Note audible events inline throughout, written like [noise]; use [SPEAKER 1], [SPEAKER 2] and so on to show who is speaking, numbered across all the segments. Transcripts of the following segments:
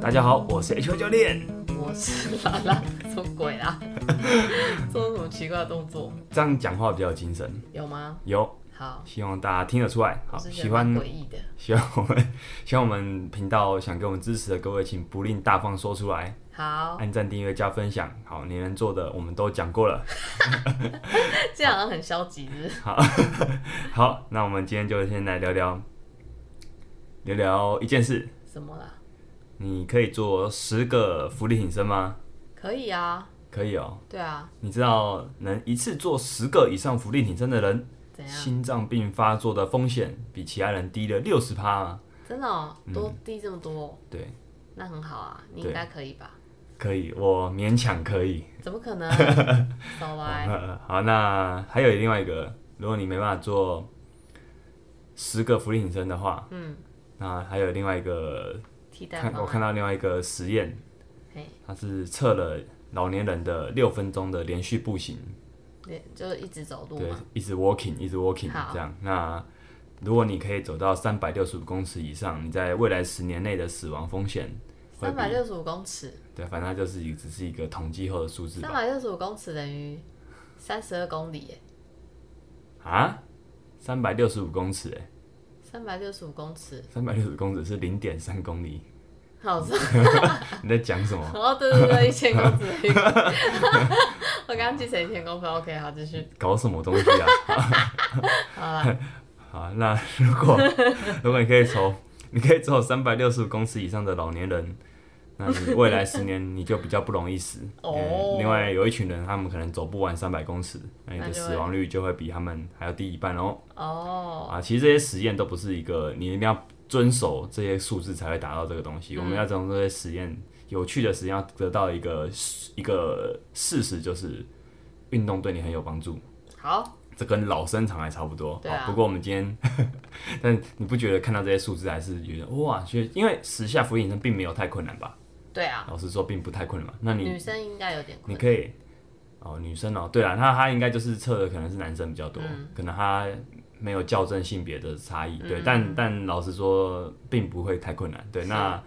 [SPEAKER 1] 大家好，我是 H Y 教练。 [laughs]
[SPEAKER 2] 我是拉拉，什么鬼啦？做什么奇怪的动作？
[SPEAKER 1] 这样讲话比较有精神，
[SPEAKER 2] 有吗？
[SPEAKER 1] 有，
[SPEAKER 2] 好，
[SPEAKER 1] 希望大家听得出来。好，
[SPEAKER 2] 我是
[SPEAKER 1] 喜
[SPEAKER 2] 觉得蛮
[SPEAKER 1] 欢
[SPEAKER 2] 诡异的。
[SPEAKER 1] 喜欢我们 [laughs] 喜欢我们频道，想给我们支持的各位，请不吝大方说出来，
[SPEAKER 2] 好，
[SPEAKER 1] 按赞、订阅、加分享。好，你能做的我们都讲过了。 [laughs]
[SPEAKER 2] 这样好像很消极，是不是？
[SPEAKER 1] 好，那我们今天就先来聊聊聊聊一件事。
[SPEAKER 2] 什么啦？
[SPEAKER 1] 你可以做十个浮力挺身吗？
[SPEAKER 2] 可以啊，
[SPEAKER 1] 可以哦。
[SPEAKER 2] 对啊，
[SPEAKER 1] 你知道能一次做十个以上浮力挺身的人，
[SPEAKER 2] 怎样？
[SPEAKER 1] 心脏病发作的风险比其他人低了六十趴吗？
[SPEAKER 2] 真的哦，
[SPEAKER 1] 嗯
[SPEAKER 2] 多低这么多，
[SPEAKER 1] 对，
[SPEAKER 2] 那很好啊，你
[SPEAKER 1] 对
[SPEAKER 2] 应该可以吧？
[SPEAKER 1] 可以，我勉强可以。
[SPEAKER 2] 怎么
[SPEAKER 1] [laughs]
[SPEAKER 2] 可能？少来，
[SPEAKER 1] 呃好，那还有另外一个，如果你没办法做十个浮力挺身的话，
[SPEAKER 2] 嗯，啊
[SPEAKER 1] 那还有另外一个，
[SPEAKER 2] 替代
[SPEAKER 1] 看
[SPEAKER 2] 方
[SPEAKER 1] 我
[SPEAKER 2] 案。
[SPEAKER 1] 看到另外一个实验，
[SPEAKER 2] 嘿，
[SPEAKER 1] 它是测了老年人的六分钟的连续步行，
[SPEAKER 2] 对，就一直走路
[SPEAKER 1] 对
[SPEAKER 2] 嘛。，
[SPEAKER 1] 一直 walking，一直 walking
[SPEAKER 2] 好
[SPEAKER 1] 这样。那如果你可以走到三百六十五公尺以上，你在未来十年内的死亡风险会
[SPEAKER 2] 三
[SPEAKER 1] 比
[SPEAKER 2] 百六十五公尺，
[SPEAKER 1] 对，反正它就是一只是一个统计后的数字
[SPEAKER 2] 三
[SPEAKER 1] 吧。
[SPEAKER 2] 百六十五公尺等于三十二公里耶，
[SPEAKER 1] 啊，三百六十五公尺，哎，
[SPEAKER 2] 三百六十五公尺，
[SPEAKER 1] 三百六十公尺是零点三公里，
[SPEAKER 2] 好，
[SPEAKER 1] 你在讲什么？ [laughs]
[SPEAKER 2] 哦，对对对，一千公尺。我刚刚记成一千公分，OK，好，继续。
[SPEAKER 1] 搞什么东西啊？ [laughs] 好，那如果如果你可以走，你可以走三百六十五公尺以上的老年人，那你未来十年你就比较不容易死。
[SPEAKER 2] 哦
[SPEAKER 1] 嗯另外有一群人，他们可能走不完三百公尺，那你的
[SPEAKER 2] 那就会
[SPEAKER 1] 死亡率就会比他们还要低一半哦。
[SPEAKER 2] 哦，
[SPEAKER 1] 啊，其实这些实验都不是一个你一定要遵守这些数字才会达到这个东
[SPEAKER 2] 嗯
[SPEAKER 1] 西。我们要从这些实验有趣的实验要得到一个一个事实，就是运动对你很有帮助。
[SPEAKER 2] 好，
[SPEAKER 1] 这跟老生常还差不多。
[SPEAKER 2] 对啊
[SPEAKER 1] 好不过我们今天， [laughs] 但你不觉得看到这些数字还是觉得哇，觉得因为时下俯卧撑并没有太困难吧？
[SPEAKER 2] 对啊，
[SPEAKER 1] 老实说，并不太困难嘛。那你
[SPEAKER 2] 女生应该有点
[SPEAKER 1] 你
[SPEAKER 2] 困。
[SPEAKER 1] 可以哦，女生哦，对啊，那她应该就是测的可能是男生比较多，
[SPEAKER 2] 嗯
[SPEAKER 1] 可能她没有校正性别的差异，对，但但老实说，并不会太困难。对，
[SPEAKER 2] 嗯是
[SPEAKER 1] 那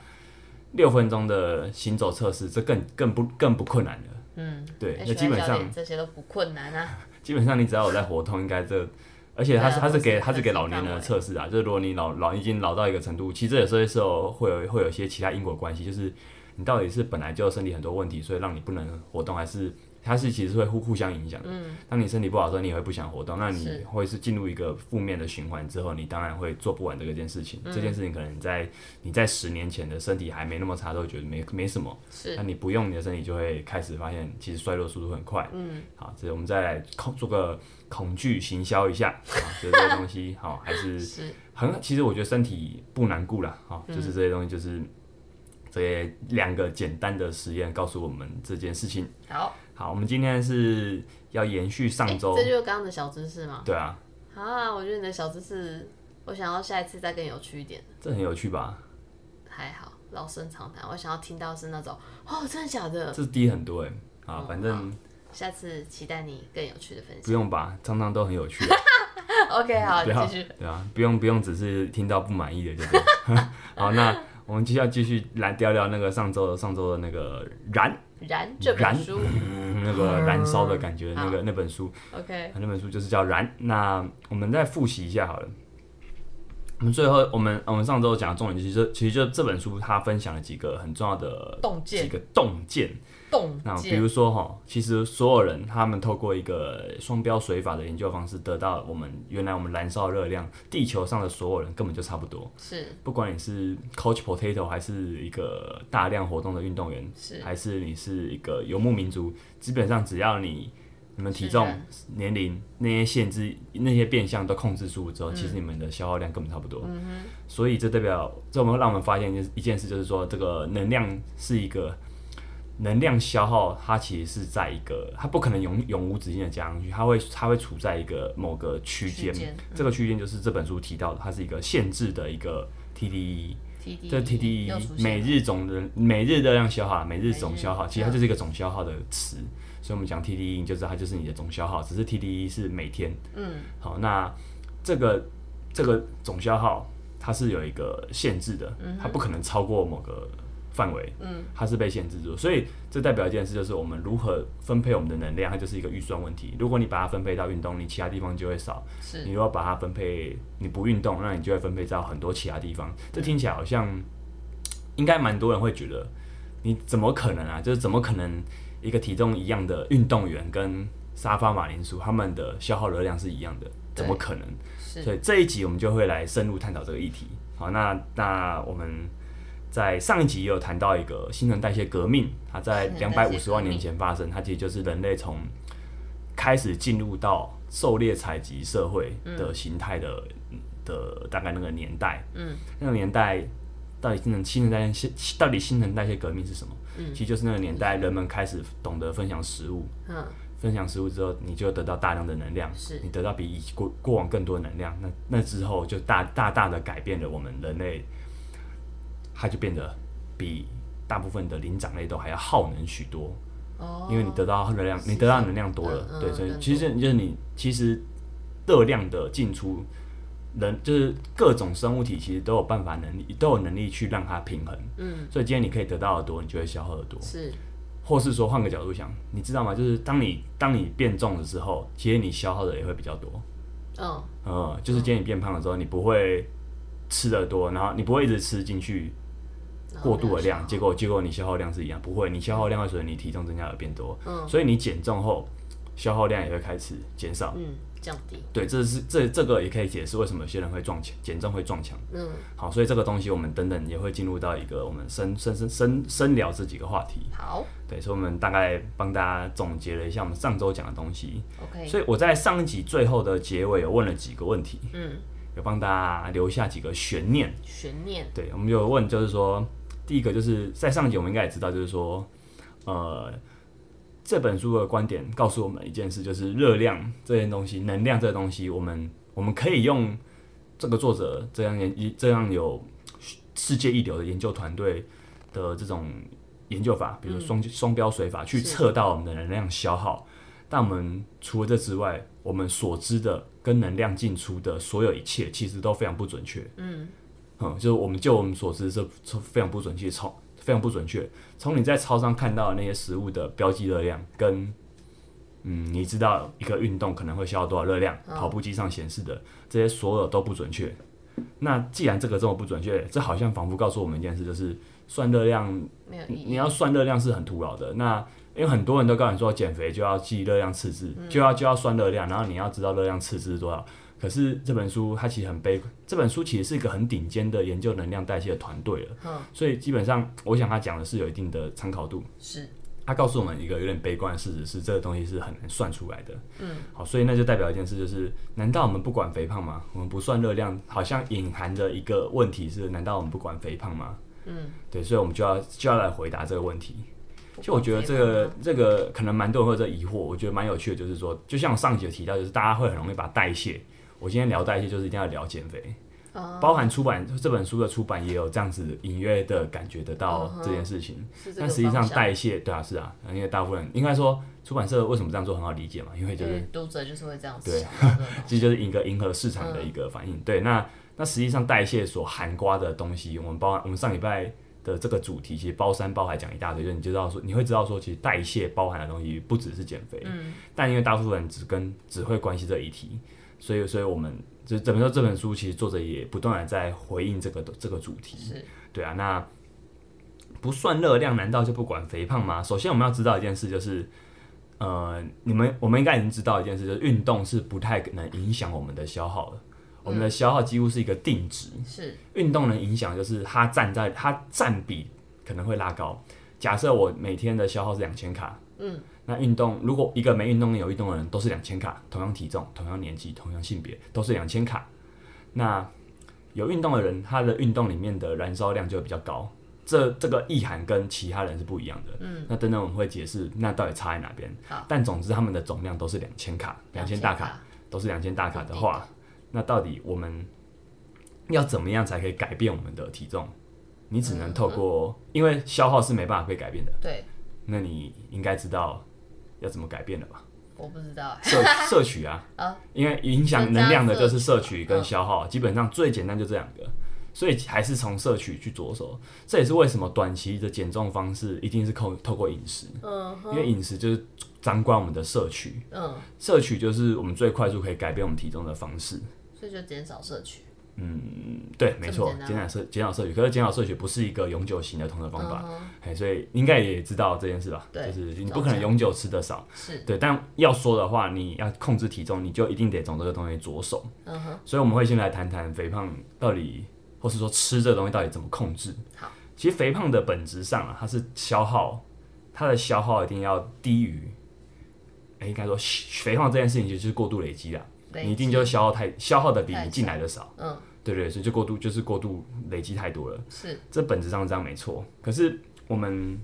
[SPEAKER 1] 六分钟的行走测试，这更更不更不困难了。
[SPEAKER 2] 嗯，
[SPEAKER 1] 对，
[SPEAKER 2] HY
[SPEAKER 1] 那基本
[SPEAKER 2] 教
[SPEAKER 1] 上
[SPEAKER 2] 练这些都不困难啊。
[SPEAKER 1] 基本上你只要有在活动，应该这，而且它是
[SPEAKER 2] 对啊
[SPEAKER 1] 它是
[SPEAKER 2] 都是
[SPEAKER 1] 给它是给
[SPEAKER 2] 分
[SPEAKER 1] 老
[SPEAKER 2] 析范
[SPEAKER 1] 年人的
[SPEAKER 2] 围
[SPEAKER 1] 测试啊，就是如果你老老已经老到一个程度，其实有时候时候会有会有一些其他因果关系，就是你到底是本来就身体很多问题，所以让你不能活动，还是它是其实会互互相影响的。
[SPEAKER 2] 嗯
[SPEAKER 1] 当你身体不好的时候，你也会不想活动，那你
[SPEAKER 2] 是
[SPEAKER 1] 会是进入一个负面的循环之后，你当然会做不完这个件事情。这件事情可能在你在十年前的身体还没那么差的时候，觉得没没什么。
[SPEAKER 2] 是
[SPEAKER 1] 那，你不用你的身体就会开始发现，其实衰落速度很快。嗯，好，这我们再来恐做个恐惧行销一下，啊，就是这些东西，好，还是
[SPEAKER 2] 是，
[SPEAKER 1] 很，其实我觉得身体不难顾啦，好，就是这些东西，就是这些两个简单的实验告诉我们这件事情。
[SPEAKER 2] 好。
[SPEAKER 1] 好，我们今天是要延续上
[SPEAKER 2] 诶
[SPEAKER 1] 周
[SPEAKER 2] 这，就是刚刚的小知识吗？
[SPEAKER 1] 对啊，
[SPEAKER 2] 啊，我觉得你的小知识，我想要下一次再更有趣一点。
[SPEAKER 1] 这很有趣吧？
[SPEAKER 2] 还好，老生常谈。我想要听到是那种，哦，真的假的？
[SPEAKER 1] 这低很多哎、啊，反正
[SPEAKER 2] 下次期待你更有趣的分
[SPEAKER 1] 不
[SPEAKER 2] 享。 [laughs]
[SPEAKER 1] 用吧，常常都很有趣啊。
[SPEAKER 2] OK，好，
[SPEAKER 1] 不要
[SPEAKER 2] 你继续。
[SPEAKER 1] 对啊，不用不用，只是听到不满意的就对 [laughs] 了。好，那我们就要继续来聊聊那个上周的上周的那个燃、
[SPEAKER 2] 燃这本
[SPEAKER 1] 燃
[SPEAKER 2] 书
[SPEAKER 1] 嗯那个燃烧的感觉，那个那本书，啊
[SPEAKER 2] ，OK，
[SPEAKER 1] 那本书就是叫燃。那我们再复习一下好了。我们最后，我们我们上周讲的重点其实就其实就这本书，它分享了几个很重要的
[SPEAKER 2] 洞
[SPEAKER 1] 几
[SPEAKER 2] 见，
[SPEAKER 1] 个洞见。
[SPEAKER 2] 洞
[SPEAKER 1] 那比
[SPEAKER 2] 见，
[SPEAKER 1] 如说哈，其实所有人他们透过一个双标水法的研究方式，得到我们原来我们燃烧热量，地球上的所有人根本就差不多。
[SPEAKER 2] 是
[SPEAKER 1] 不管你是 Coach Potato 还是一个大量活动的运动员，
[SPEAKER 2] 是
[SPEAKER 1] 还是你是一个游牧民族，基本上只要你你们体
[SPEAKER 2] 是
[SPEAKER 1] 重
[SPEAKER 2] 人、
[SPEAKER 1] 年龄那些限制、那些变相都控制住之
[SPEAKER 2] 嗯
[SPEAKER 1] 后，其实你们的消耗量根本差不多。所以这代表，这我们让我们发现一件一件事，就是说这个能量是一个能量消耗，它其实是在一个它不可能永永无止境的加上去，它会它会处在一个某个区
[SPEAKER 2] 区
[SPEAKER 1] 间。
[SPEAKER 2] 间嗯
[SPEAKER 1] 这个区间就是这本书提到的，它是一个限制的一个 E TDE。
[SPEAKER 2] TD，
[SPEAKER 1] 这
[SPEAKER 2] 又 E，出
[SPEAKER 1] TDE
[SPEAKER 2] 现
[SPEAKER 1] 每
[SPEAKER 2] 了
[SPEAKER 1] 日总的每日热量消耗，每
[SPEAKER 2] 每
[SPEAKER 1] 日
[SPEAKER 2] 日
[SPEAKER 1] 总消耗，其实它就是一个总消耗的词，所以我们讲 TDE 你就知道它就是你的总消耗，只是 TDE 是每天。
[SPEAKER 2] 嗯，
[SPEAKER 1] 好，那这个
[SPEAKER 2] 嗯
[SPEAKER 1] 这个总消耗它是有一个限制的，它不可能超过某个范围，嗯，它是被限制住，所以这代表一件事，就是我们如何分配我们的能量，它就是一个预算问题。如果你把它分配到运动，你其他地方就会少；
[SPEAKER 2] 是
[SPEAKER 1] 你如果把它分配，你不运动，那你就会分配到很多其他地方。这听起来好像应该蛮多人会觉得，你怎么可能啊？就是怎么可能一个体重一样的运动员跟沙发马铃薯，他们的消耗热量是一样的？怎么
[SPEAKER 2] 对
[SPEAKER 1] 可能？
[SPEAKER 2] 是
[SPEAKER 1] 所以这一集我们就会来深入探讨这个议题。好，那那我们在上一集也有谈到一个新陈代谢革命，它在
[SPEAKER 2] 新
[SPEAKER 1] 两
[SPEAKER 2] 陈
[SPEAKER 1] 百
[SPEAKER 2] 代
[SPEAKER 1] 五
[SPEAKER 2] 谢
[SPEAKER 1] 十
[SPEAKER 2] 革
[SPEAKER 1] 万
[SPEAKER 2] 命
[SPEAKER 1] 年前发生，它其实就是人类从开始进入到狩猎采集社会的形态的、的大概那个年代。
[SPEAKER 2] 嗯，
[SPEAKER 1] 那个年代到底新陈新陈代谢到底新陈代谢革命是什么？嗯，其实就是那个年代人们开始懂得分享食物，
[SPEAKER 2] 嗯
[SPEAKER 1] 分享食物之后，你就得到大量的能量，
[SPEAKER 2] 是
[SPEAKER 1] 你得到比以过过往更多的能量。那那之后就大大大的改变了我们人类，它就变得比大部分的灵长类都还要耗能许多，
[SPEAKER 2] 哦，
[SPEAKER 1] 因为你得到能量，你得到能量多了，
[SPEAKER 2] 嗯嗯
[SPEAKER 1] 对，所以
[SPEAKER 2] 更
[SPEAKER 1] 其实就是你其实热量的进出，人就是各种生物体其实都有办法能力，都有能力去让它平衡。
[SPEAKER 2] 嗯
[SPEAKER 1] 所以今天你可以得到的多，你就会消耗的多。
[SPEAKER 2] 是
[SPEAKER 1] 或是说换个角度想，你知道吗？就是当你当你变重的时候，其实你消耗的也会比较多。
[SPEAKER 2] 嗯
[SPEAKER 1] 呃，就是今天你变胖的时候，你不会吃的多，然后你不会一直吃进去
[SPEAKER 2] 然后
[SPEAKER 1] 过度的量，
[SPEAKER 2] 没
[SPEAKER 1] 结果结果你消耗量是一样，不会，你消耗量会随着你体重增加而变多。
[SPEAKER 2] 嗯
[SPEAKER 1] 所以你减重后，消耗量也会开始减
[SPEAKER 2] 有
[SPEAKER 1] 少。
[SPEAKER 2] 嗯降低
[SPEAKER 1] 对，这是这这个也可以解释为什么有些人会撞墙，减重会撞墙。
[SPEAKER 2] 嗯
[SPEAKER 1] 好，所以这个东西我们等等也会进入到一个我们深深深深深聊这几个话题。
[SPEAKER 2] 好
[SPEAKER 1] 对，所以我们大概帮大家总结了一下我们上周讲的东西。
[SPEAKER 2] OK
[SPEAKER 1] 所以我在上一集最后的结尾有问了几个问题，
[SPEAKER 2] 嗯
[SPEAKER 1] 有帮大家留下几个悬念。
[SPEAKER 2] 悬念
[SPEAKER 1] 对，我们有问就是说，第一个就是在上集我们应该也知道，就是说，呃，这本书的观点告诉我们一件事，就是热量这件东西，能量这个东西，我们我们可以用这个作者这样研这样有世界一流的研究团队的这种研究法，比如说双双标水法，去
[SPEAKER 2] 是
[SPEAKER 1] 测到我们的能量消耗。但我们除了这之外，我们所知的跟能量进出的所有一切，其实都非常不准确。
[SPEAKER 2] 嗯
[SPEAKER 1] 嗯，就是我们就我们所知是是非常不准确，从非常不准确。从你在超商看到的那些食物的标记热量，跟嗯，你知道一个运动可能会消耗多少热量，
[SPEAKER 2] 嗯
[SPEAKER 1] 跑步机上显示的这些所有都不准确。那既然这个这么不准确，这好像仿佛告诉我们一件事，就是算热量，
[SPEAKER 2] 没有意
[SPEAKER 1] 你
[SPEAKER 2] 义
[SPEAKER 1] 你要算热量是很徒劳的。那因为很多人都告诉你说减肥就要记热量赤字，
[SPEAKER 2] 嗯
[SPEAKER 1] 就要就要算热量，然后你要知道热量赤字是多少。可是这本书它其实很悲，这本书其实是一个很顶尖的研究能量代谢的团队了，
[SPEAKER 2] 嗯
[SPEAKER 1] 所以基本上我想他讲的是有一定的参考度。
[SPEAKER 2] 是
[SPEAKER 1] 他告诉我们一个有点悲观的事实是，这个东西是很难算出来的。
[SPEAKER 2] 嗯，
[SPEAKER 1] 好，所以那就代表一件事，就是难道我们不管肥胖吗？我们不算热量，好像隐含的一个问题是，难道我们不管肥胖吗？
[SPEAKER 2] 嗯
[SPEAKER 1] 对，所以我们就要就要来回答这个问题。
[SPEAKER 2] 不
[SPEAKER 1] 就我觉得
[SPEAKER 2] 管
[SPEAKER 1] 这
[SPEAKER 2] 肥
[SPEAKER 1] 个
[SPEAKER 2] 胖吗
[SPEAKER 1] 这个可能蛮多人会有这疑惑，我觉得蛮有趣的，就是说，就像我上集有提到，就是大家会很容易把代谢，我今天聊代谢就是一定要聊减肥，
[SPEAKER 2] 哦
[SPEAKER 1] 包含出版这本书的出版也有这样子隐约的感觉得到
[SPEAKER 2] 嗯哼
[SPEAKER 1] 这件事情。
[SPEAKER 2] 是这
[SPEAKER 1] 但
[SPEAKER 2] 个
[SPEAKER 1] 实际
[SPEAKER 2] 方
[SPEAKER 1] 上
[SPEAKER 2] 向
[SPEAKER 1] 代谢，对啊，是啊，因为大部分人应该说出版社为什么这样做很好理解嘛，因为就
[SPEAKER 2] 因为
[SPEAKER 1] 是
[SPEAKER 2] 读者就是会这样
[SPEAKER 1] 对
[SPEAKER 2] 想到这种
[SPEAKER 1] [laughs] 这就是一个迎合市场
[SPEAKER 2] 嗯
[SPEAKER 1] 的一个反应。对，那那实际上代谢所含瓜的东西，我们包含我们上礼拜的这个主题，其实包山包海讲一大堆，就是你就知道说你会知道说，其实代谢包含的东西不只是减肥，
[SPEAKER 2] 嗯
[SPEAKER 1] 但因为大部分人只跟只会关心这一题，所以所以我们就怎么说这本书其实作者也不断的在回应这个这个主 [laughs] 题。
[SPEAKER 2] 是
[SPEAKER 1] 对啊，那不算热量，难道就不管肥胖吗？首先我们要知道一件事，就是呃，你们我们应该已经知道一件事，就是运动是不太能影响我们的消耗的。我们的消耗几乎是一个定值，
[SPEAKER 2] 是
[SPEAKER 1] 运动能影响就是它站在它占比可能会拉高。假设我每天的消耗是两千卡，
[SPEAKER 2] 嗯
[SPEAKER 1] 那运动如果一个没运动有运动的人都是两千卡，同样体重、同样年纪、同样性别都是两千卡，那有运动的人他的运动里面的燃烧量就会比较高，这这个意涵跟其他人是不一样的。
[SPEAKER 2] 嗯
[SPEAKER 1] 那等等我们会解释那到底差在哪边
[SPEAKER 2] 好，
[SPEAKER 1] 但总之他们的总量都是两千卡，两千大卡
[SPEAKER 2] 卡
[SPEAKER 1] 都是两千大卡的话，那到底我们要怎么样才可以改变我们的体重？你只能透
[SPEAKER 2] 嗯
[SPEAKER 1] 过，因为消耗是没办法被改变的。
[SPEAKER 2] 对
[SPEAKER 1] 那你应该知道要怎么改变了
[SPEAKER 2] [laughs]
[SPEAKER 1] 吧？
[SPEAKER 2] 我不知道
[SPEAKER 1] 摄摄取啊，
[SPEAKER 2] 啊
[SPEAKER 1] 因为影响能量的就是摄取
[SPEAKER 2] 就这
[SPEAKER 1] 跟
[SPEAKER 2] 样
[SPEAKER 1] 消耗，基本上最简单就这两个。所以还是从摄取去着手。这也是为什么短期的减重方式一定是透透过饮食，
[SPEAKER 2] 嗯哼
[SPEAKER 1] 因为饮食就是掌管我们的摄取，
[SPEAKER 2] 嗯，
[SPEAKER 1] 摄取就是我们最快速可以改变我们体重的方式。
[SPEAKER 2] 所以就减少摄取。
[SPEAKER 1] 嗯，对，没错
[SPEAKER 2] 这么简，
[SPEAKER 1] 减
[SPEAKER 2] 单
[SPEAKER 1] 少摄减少摄取，可是减少摄取不是一个永久型的通的方法，
[SPEAKER 2] 嗯
[SPEAKER 1] 哎、所以应该也知道这件事吧？
[SPEAKER 2] 对
[SPEAKER 1] 就是你
[SPEAKER 2] 了
[SPEAKER 1] 不可能
[SPEAKER 2] 解
[SPEAKER 1] 永久吃得少
[SPEAKER 2] 哼，，是，
[SPEAKER 1] 对。但要说的话，你要控制体重，你就一定得从这个东西着手。
[SPEAKER 2] 嗯哼，
[SPEAKER 1] 所以我们会先来谈谈肥胖到底，或是说吃这东西到底怎么控制。
[SPEAKER 2] 好，
[SPEAKER 1] 其实肥胖的本质上啊，它是消耗，它的消耗一定要低于，哎、应该说肥胖这件事情就是过度累积啦，
[SPEAKER 2] 对
[SPEAKER 1] 你一定就消耗太消耗的比
[SPEAKER 2] 太
[SPEAKER 1] 你
[SPEAKER 2] 少
[SPEAKER 1] 进来的少，
[SPEAKER 2] 嗯
[SPEAKER 1] 对对，所以就过度就是过度累积太多了。
[SPEAKER 2] 是，
[SPEAKER 1] 这本质上是这样没错。可是我们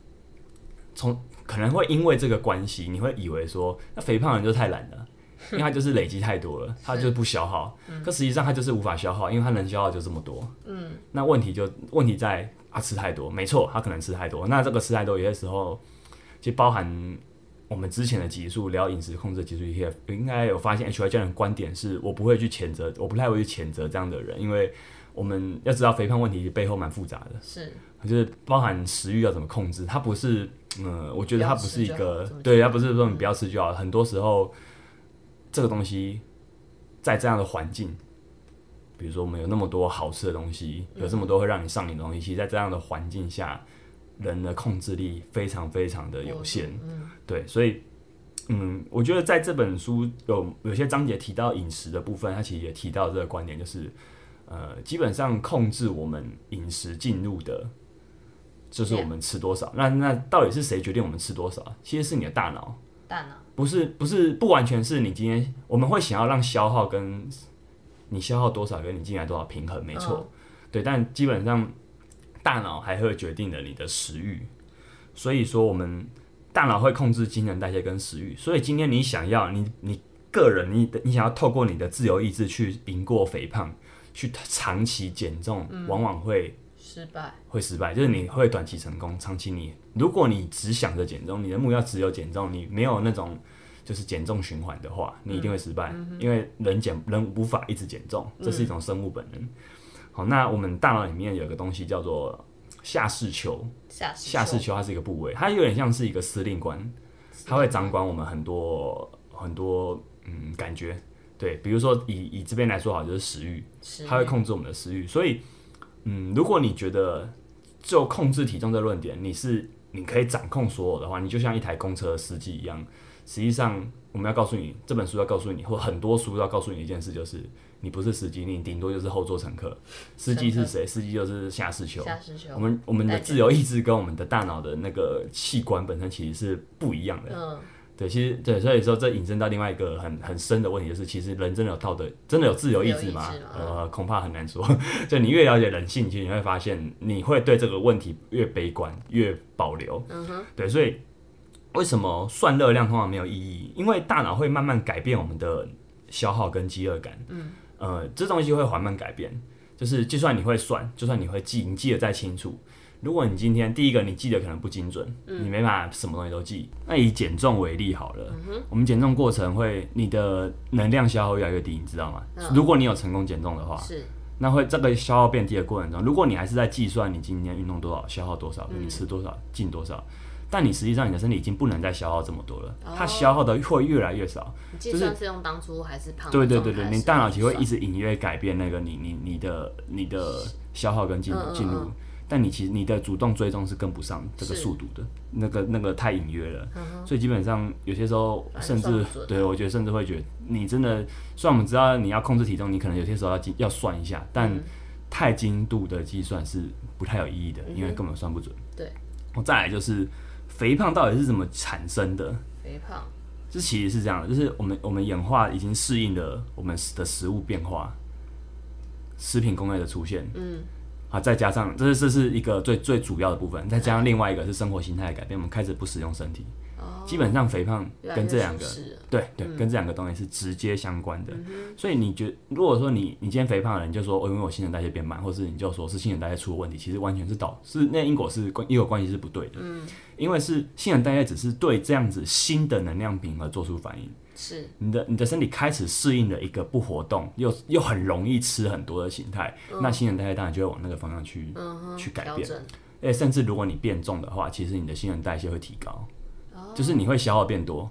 [SPEAKER 1] 从可能会因为这个关系，你会以为说，那肥胖人就太懒了，因为他就是累积太多了，他就是不消耗。可实际上他就是无法消耗，因为他能消耗就这么多。嗯，那问题就问题在他吃太多，没错，他可能吃太多。那这个吃太多，有些时候其实包含。我们之前的集数聊饮食控制的集数，也应该有发现 H Y 教练的观点是，我不会去谴责，我不太会去谴责这样的人，因为我们要知道肥胖问题背后蛮复杂的。
[SPEAKER 2] 是，
[SPEAKER 1] 就是包含食欲要怎么控制，它不是，嗯，我觉得它不是一
[SPEAKER 2] 不要吃就好
[SPEAKER 1] 个
[SPEAKER 2] 这么，嗯
[SPEAKER 1] 对，它不是说你不要吃就好。很多时候，这个东西在这样的环境，比如说我们有那么多好吃的东西，有
[SPEAKER 2] 嗯
[SPEAKER 1] 这么多会让你上瘾的东西，其实在这样的环境下，人的控制力非常非常的有限。对，所以，嗯，我觉得在这本书有有些章节提到饮食的部分，它其实也提到这个观点，就是，呃，基本上控制我们饮食进入的，就是我们吃多少。那那到底是谁决定我们吃多少？啊其实是你的大脑，
[SPEAKER 2] 大脑
[SPEAKER 1] 不是不是不完全是你今天我们会想要让消耗跟你消耗多少跟你进来多少平衡，没错。对，但基本上大脑还会决定了你的食欲，所以说我们大脑会控制新陈代谢跟食欲。所以今天你想要你你个人你的你想要透过你的自由意志去赢过肥胖，去长期减重，往往会
[SPEAKER 2] 失败，
[SPEAKER 1] 会失败，就是你会短期成功，长期你如果你只想着减重，你的目标只有减重，你没有那种就是减重循环的话，你一定会失败，因为人减人无法一直减重，这是一种生物本能。好，那我们大脑里面有一个东西叫做下视丘，
[SPEAKER 2] 下视
[SPEAKER 1] 下视丘它是一个部位，它有点像是一个司令官，它会掌管我们很多很多嗯感觉。对，比如说以以这边来说好，就是食欲，
[SPEAKER 2] 是
[SPEAKER 1] 它会控制我们的食欲。所以，嗯，如果你觉得就控制体重这论点，你是你可以掌控所有的话，你就像一台公车司机一样。实际上，我们要告诉你，这本书要告诉你，或很多书要告诉你一件事，就是你不是司机，你顶多就是后座乘客。司机是谁？司机就是下视丘。
[SPEAKER 2] 下视丘
[SPEAKER 1] 我，们我们的
[SPEAKER 2] 了解
[SPEAKER 1] 自由意志跟我们的大脑的那个器官本身其实是不一样的。
[SPEAKER 2] 嗯，
[SPEAKER 1] 对，其实对，所以说这引申到另外一个很很深的问题，就是其实人真的有道德，真的有自由意志吗
[SPEAKER 2] 自由意志吗？
[SPEAKER 1] 呃，恐怕很难说。 [laughs] 就你越了解人性，其实你会发现，你会对这个问题越悲观，越保留。嗯哼，对，所以为什么算热量通常没有意义？因为大脑会慢慢改变我们的消耗跟饥饿感。嗯，呃，这东西会缓慢改变。就是就算你会算，就算你会记，你记得再清楚。如果你今天第一个你记得可能不精准，你没办法什么东西都记。那以减重为例好了，我们减重过程会你的能量消耗越来越低，你知道吗？如果你有成功减重的话，
[SPEAKER 2] 是
[SPEAKER 1] 那会这个消耗变低的过程中，如果你还是在计算你今天运动多少、消耗多少、你吃多少、进多少，但你实际上你的身体已经不能再消耗这么多了，它消耗的会越来越少。
[SPEAKER 2] 你计算是用当初还是胖的
[SPEAKER 1] 对对对
[SPEAKER 2] 状态
[SPEAKER 1] 对，
[SPEAKER 2] 来
[SPEAKER 1] 你大脑其
[SPEAKER 2] 计
[SPEAKER 1] 实会
[SPEAKER 2] 算
[SPEAKER 1] 一直隐约改变那个你你你的你的消耗跟进
[SPEAKER 2] 嗯嗯
[SPEAKER 1] 进入，但你其实你的主动追踪是跟不上这个
[SPEAKER 2] 是嗯
[SPEAKER 1] 速度的，那个那个太隐约了，所以基本上有些时候
[SPEAKER 2] 反而
[SPEAKER 1] 甚
[SPEAKER 2] 算
[SPEAKER 1] 至
[SPEAKER 2] 不准
[SPEAKER 1] 对我觉得甚至会觉得你真的，虽然我们知道你要控制体重，你可能有些时候要计要算一下，但
[SPEAKER 2] 嗯
[SPEAKER 1] 太精度的计算是不太有意义的，因为根本算不准。
[SPEAKER 2] 嗯对，
[SPEAKER 1] 哦再来就是肥胖到底是怎么产生的？
[SPEAKER 2] 肥胖，
[SPEAKER 1] 这其实是这样的，就是我们我们演化已经适应了我们的食物变化，食品工业的出现，
[SPEAKER 2] 嗯，
[SPEAKER 1] 啊，再加上这是这是一个最最主要的部分，再加上另外一个是生活形态的改变，我们开始不使用身体，
[SPEAKER 2] 嗯哦
[SPEAKER 1] 基本上肥胖
[SPEAKER 2] 越来
[SPEAKER 1] 跟
[SPEAKER 2] 越
[SPEAKER 1] 这两个
[SPEAKER 2] 舒适了
[SPEAKER 1] 对对，跟这两个东西是直接相关的。所以你觉，如果说你你今天肥胖了，你就说哦，因为我新陈代谢变慢，或是你就说是新陈代谢出了问题，其实完全是导是那因果是关因果关系是不对的。嗯，因为是新陈代谢只是对这样子新的能量平衡做出反应，
[SPEAKER 2] 是
[SPEAKER 1] 你的你的身体开始适应了一个不活动又又很容易吃很多的形态，那新陈代谢当然就会往那个方向去、去改
[SPEAKER 2] 嗯调
[SPEAKER 1] 变。
[SPEAKER 2] 整
[SPEAKER 1] 哎，甚至如果你变重的话，其实你的新陈代谢会提高，就是你会消耗变多。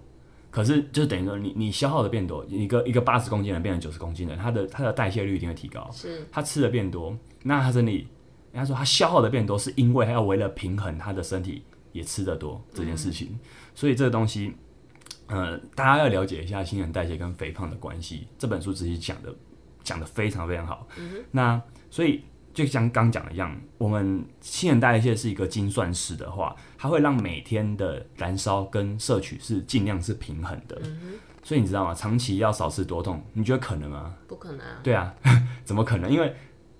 [SPEAKER 1] 可是就是等于说你你消耗的变多，一个一个八十公斤的人变成九十公斤的，他的他的代谢率一定会提高。
[SPEAKER 2] 是
[SPEAKER 1] 他吃的变多，那他身体，人家说他消耗的变多，是因为他要为了平衡他的身体也吃得多这件事情。所以这个东西，呃，大家要了解一下新陈代谢跟肥胖的关系。这本书其实讲的讲的非常非常好。那所以就像刚讲的一样，我们新陈代谢是一个精算师的话，它会让每天的燃烧跟摄取是尽量是平衡的。所以你知道吗？长期要少吃多动，你觉得可能吗？
[SPEAKER 2] 不可能啊，
[SPEAKER 1] 对啊， [laughs] 怎么可能？因为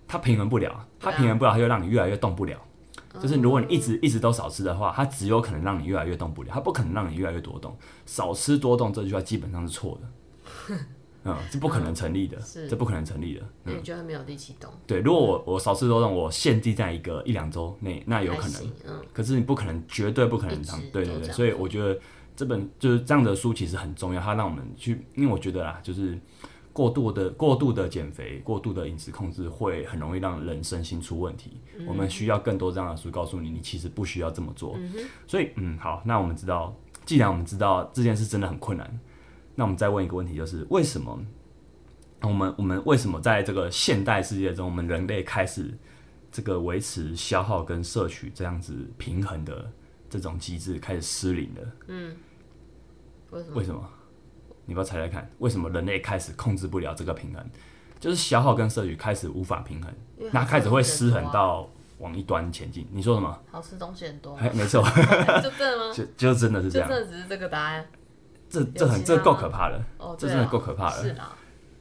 [SPEAKER 1] 它平衡不了，它
[SPEAKER 2] 对啊嗯
[SPEAKER 1] 平衡不了，它就让你越来越动不了。就是如果你一直一直都少吃的话，它只有可能让你越来越动不了，它不可能让你越来越多动。少吃多动这句话基本上是错的，
[SPEAKER 2] [laughs]
[SPEAKER 1] 嗯，这不可能成立的，
[SPEAKER 2] 是
[SPEAKER 1] 这不可能成立的。
[SPEAKER 2] 那你就会没有力气动，
[SPEAKER 1] 对，如果我我少吃多动，我限定在一个一两周内，那有
[SPEAKER 2] 还
[SPEAKER 1] 可能。
[SPEAKER 2] 行，嗯，
[SPEAKER 1] 可是你不可能，绝对不可能长
[SPEAKER 2] 一直，
[SPEAKER 1] 对
[SPEAKER 2] 都
[SPEAKER 1] 对
[SPEAKER 2] 这
[SPEAKER 1] 对，
[SPEAKER 2] 样
[SPEAKER 1] 所以我觉得这本就是这样的书其实很重要，它让我们去，因为我觉得啦，就是过度的过度的减肥、过度的饮食控制会很容易让人身心出问题。
[SPEAKER 2] 嗯
[SPEAKER 1] 我们需要更多这样的书告诉你，你其实不需要这么做。所以嗯，好，那我们知道，既然我们知道这件事真的很困难，那我们再问一个问题，就是为什么？我们我们为什么在这个现代世界中，我们人类开始这个维持消耗跟摄取这样子平衡的这种机制开始失灵了？
[SPEAKER 2] 为什么？
[SPEAKER 1] 为什么？你不要猜猜看，为什么人类开始控制不了这个平衡？就是消耗跟摄取开始无法平衡，
[SPEAKER 2] 因为
[SPEAKER 1] 那开始会失衡
[SPEAKER 2] 好吃东西很多啊
[SPEAKER 1] 到往一端前进。你说什么？
[SPEAKER 2] [laughs] 好吃东西很
[SPEAKER 1] [laughs]
[SPEAKER 2] 多，
[SPEAKER 1] 哎，没错，
[SPEAKER 2] 就真的吗？
[SPEAKER 1] 就 [laughs] 就真的是这
[SPEAKER 2] 就真
[SPEAKER 1] 样，
[SPEAKER 2] 的只是这个答案
[SPEAKER 1] 这这
[SPEAKER 2] 有
[SPEAKER 1] 很
[SPEAKER 2] 其
[SPEAKER 1] 这
[SPEAKER 2] 他
[SPEAKER 1] 够
[SPEAKER 2] 吗
[SPEAKER 1] 可怕了。
[SPEAKER 2] 哦，
[SPEAKER 1] 这
[SPEAKER 2] 对
[SPEAKER 1] 真的
[SPEAKER 2] 啊
[SPEAKER 1] 够可怕了
[SPEAKER 2] 是啦，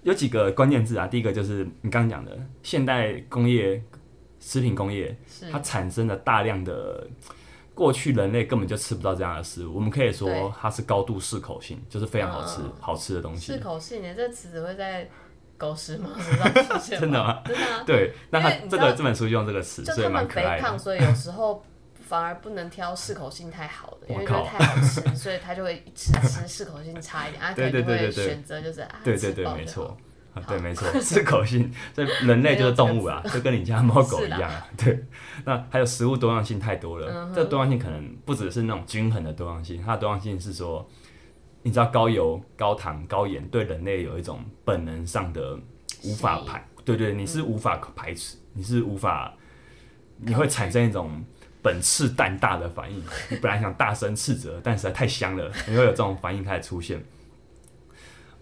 [SPEAKER 1] 有几个关键字啊，第一个就是你刚刚讲的现代工业、食品工业，
[SPEAKER 2] 是
[SPEAKER 1] 它产生了大量的过去人类根本就吃不到这样的食物，我们可以
[SPEAKER 2] 对
[SPEAKER 1] 说它是高度适口性，就是非常好吃、
[SPEAKER 2] 嗯
[SPEAKER 1] 好吃的东西
[SPEAKER 2] 适。口性耶，这词只会在狗食 [laughs] 盲人上出
[SPEAKER 1] [laughs]
[SPEAKER 2] 现，
[SPEAKER 1] 真的吗？
[SPEAKER 2] 真的啊，
[SPEAKER 1] 对，那它
[SPEAKER 2] 因为你知
[SPEAKER 1] 这
[SPEAKER 2] 道
[SPEAKER 1] 个这本书就用这个词，
[SPEAKER 2] 就
[SPEAKER 1] 所以
[SPEAKER 2] 他
[SPEAKER 1] 蛮
[SPEAKER 2] 们
[SPEAKER 1] 可
[SPEAKER 2] 肥
[SPEAKER 1] 爱的
[SPEAKER 2] 胖，。所以有时候反而不能挑适口性太好的，因为
[SPEAKER 1] 我
[SPEAKER 2] 觉
[SPEAKER 1] 靠
[SPEAKER 2] 得太好吃，所以他就会吃吃适口性差一点，啊，可
[SPEAKER 1] 对
[SPEAKER 2] 能
[SPEAKER 1] 对
[SPEAKER 2] 就
[SPEAKER 1] 对
[SPEAKER 2] 会
[SPEAKER 1] 对对
[SPEAKER 2] 选择就是啊，
[SPEAKER 1] 对对
[SPEAKER 2] 吃
[SPEAKER 1] 对，
[SPEAKER 2] 饱
[SPEAKER 1] 没
[SPEAKER 2] 就
[SPEAKER 1] 错
[SPEAKER 2] 好。
[SPEAKER 1] 啊，对，没错，适口性，所以人类就是动物啊，就跟你家猫狗一样啊。对，那还有食物多样性太多了，
[SPEAKER 2] 嗯
[SPEAKER 1] 这多样性可能不只是那种均衡的多样性，它的多样性是说，你知道高油、高糖、高盐对人类有一种本能上的无法
[SPEAKER 2] 吸引
[SPEAKER 1] 排，对对，你
[SPEAKER 2] 嗯
[SPEAKER 1] 是无法排斥，你是无法，你会产生一种。本次蛋大的反应， [laughs] 你本来想大声斥责，但实在太香了，你会有这种反应开始出现。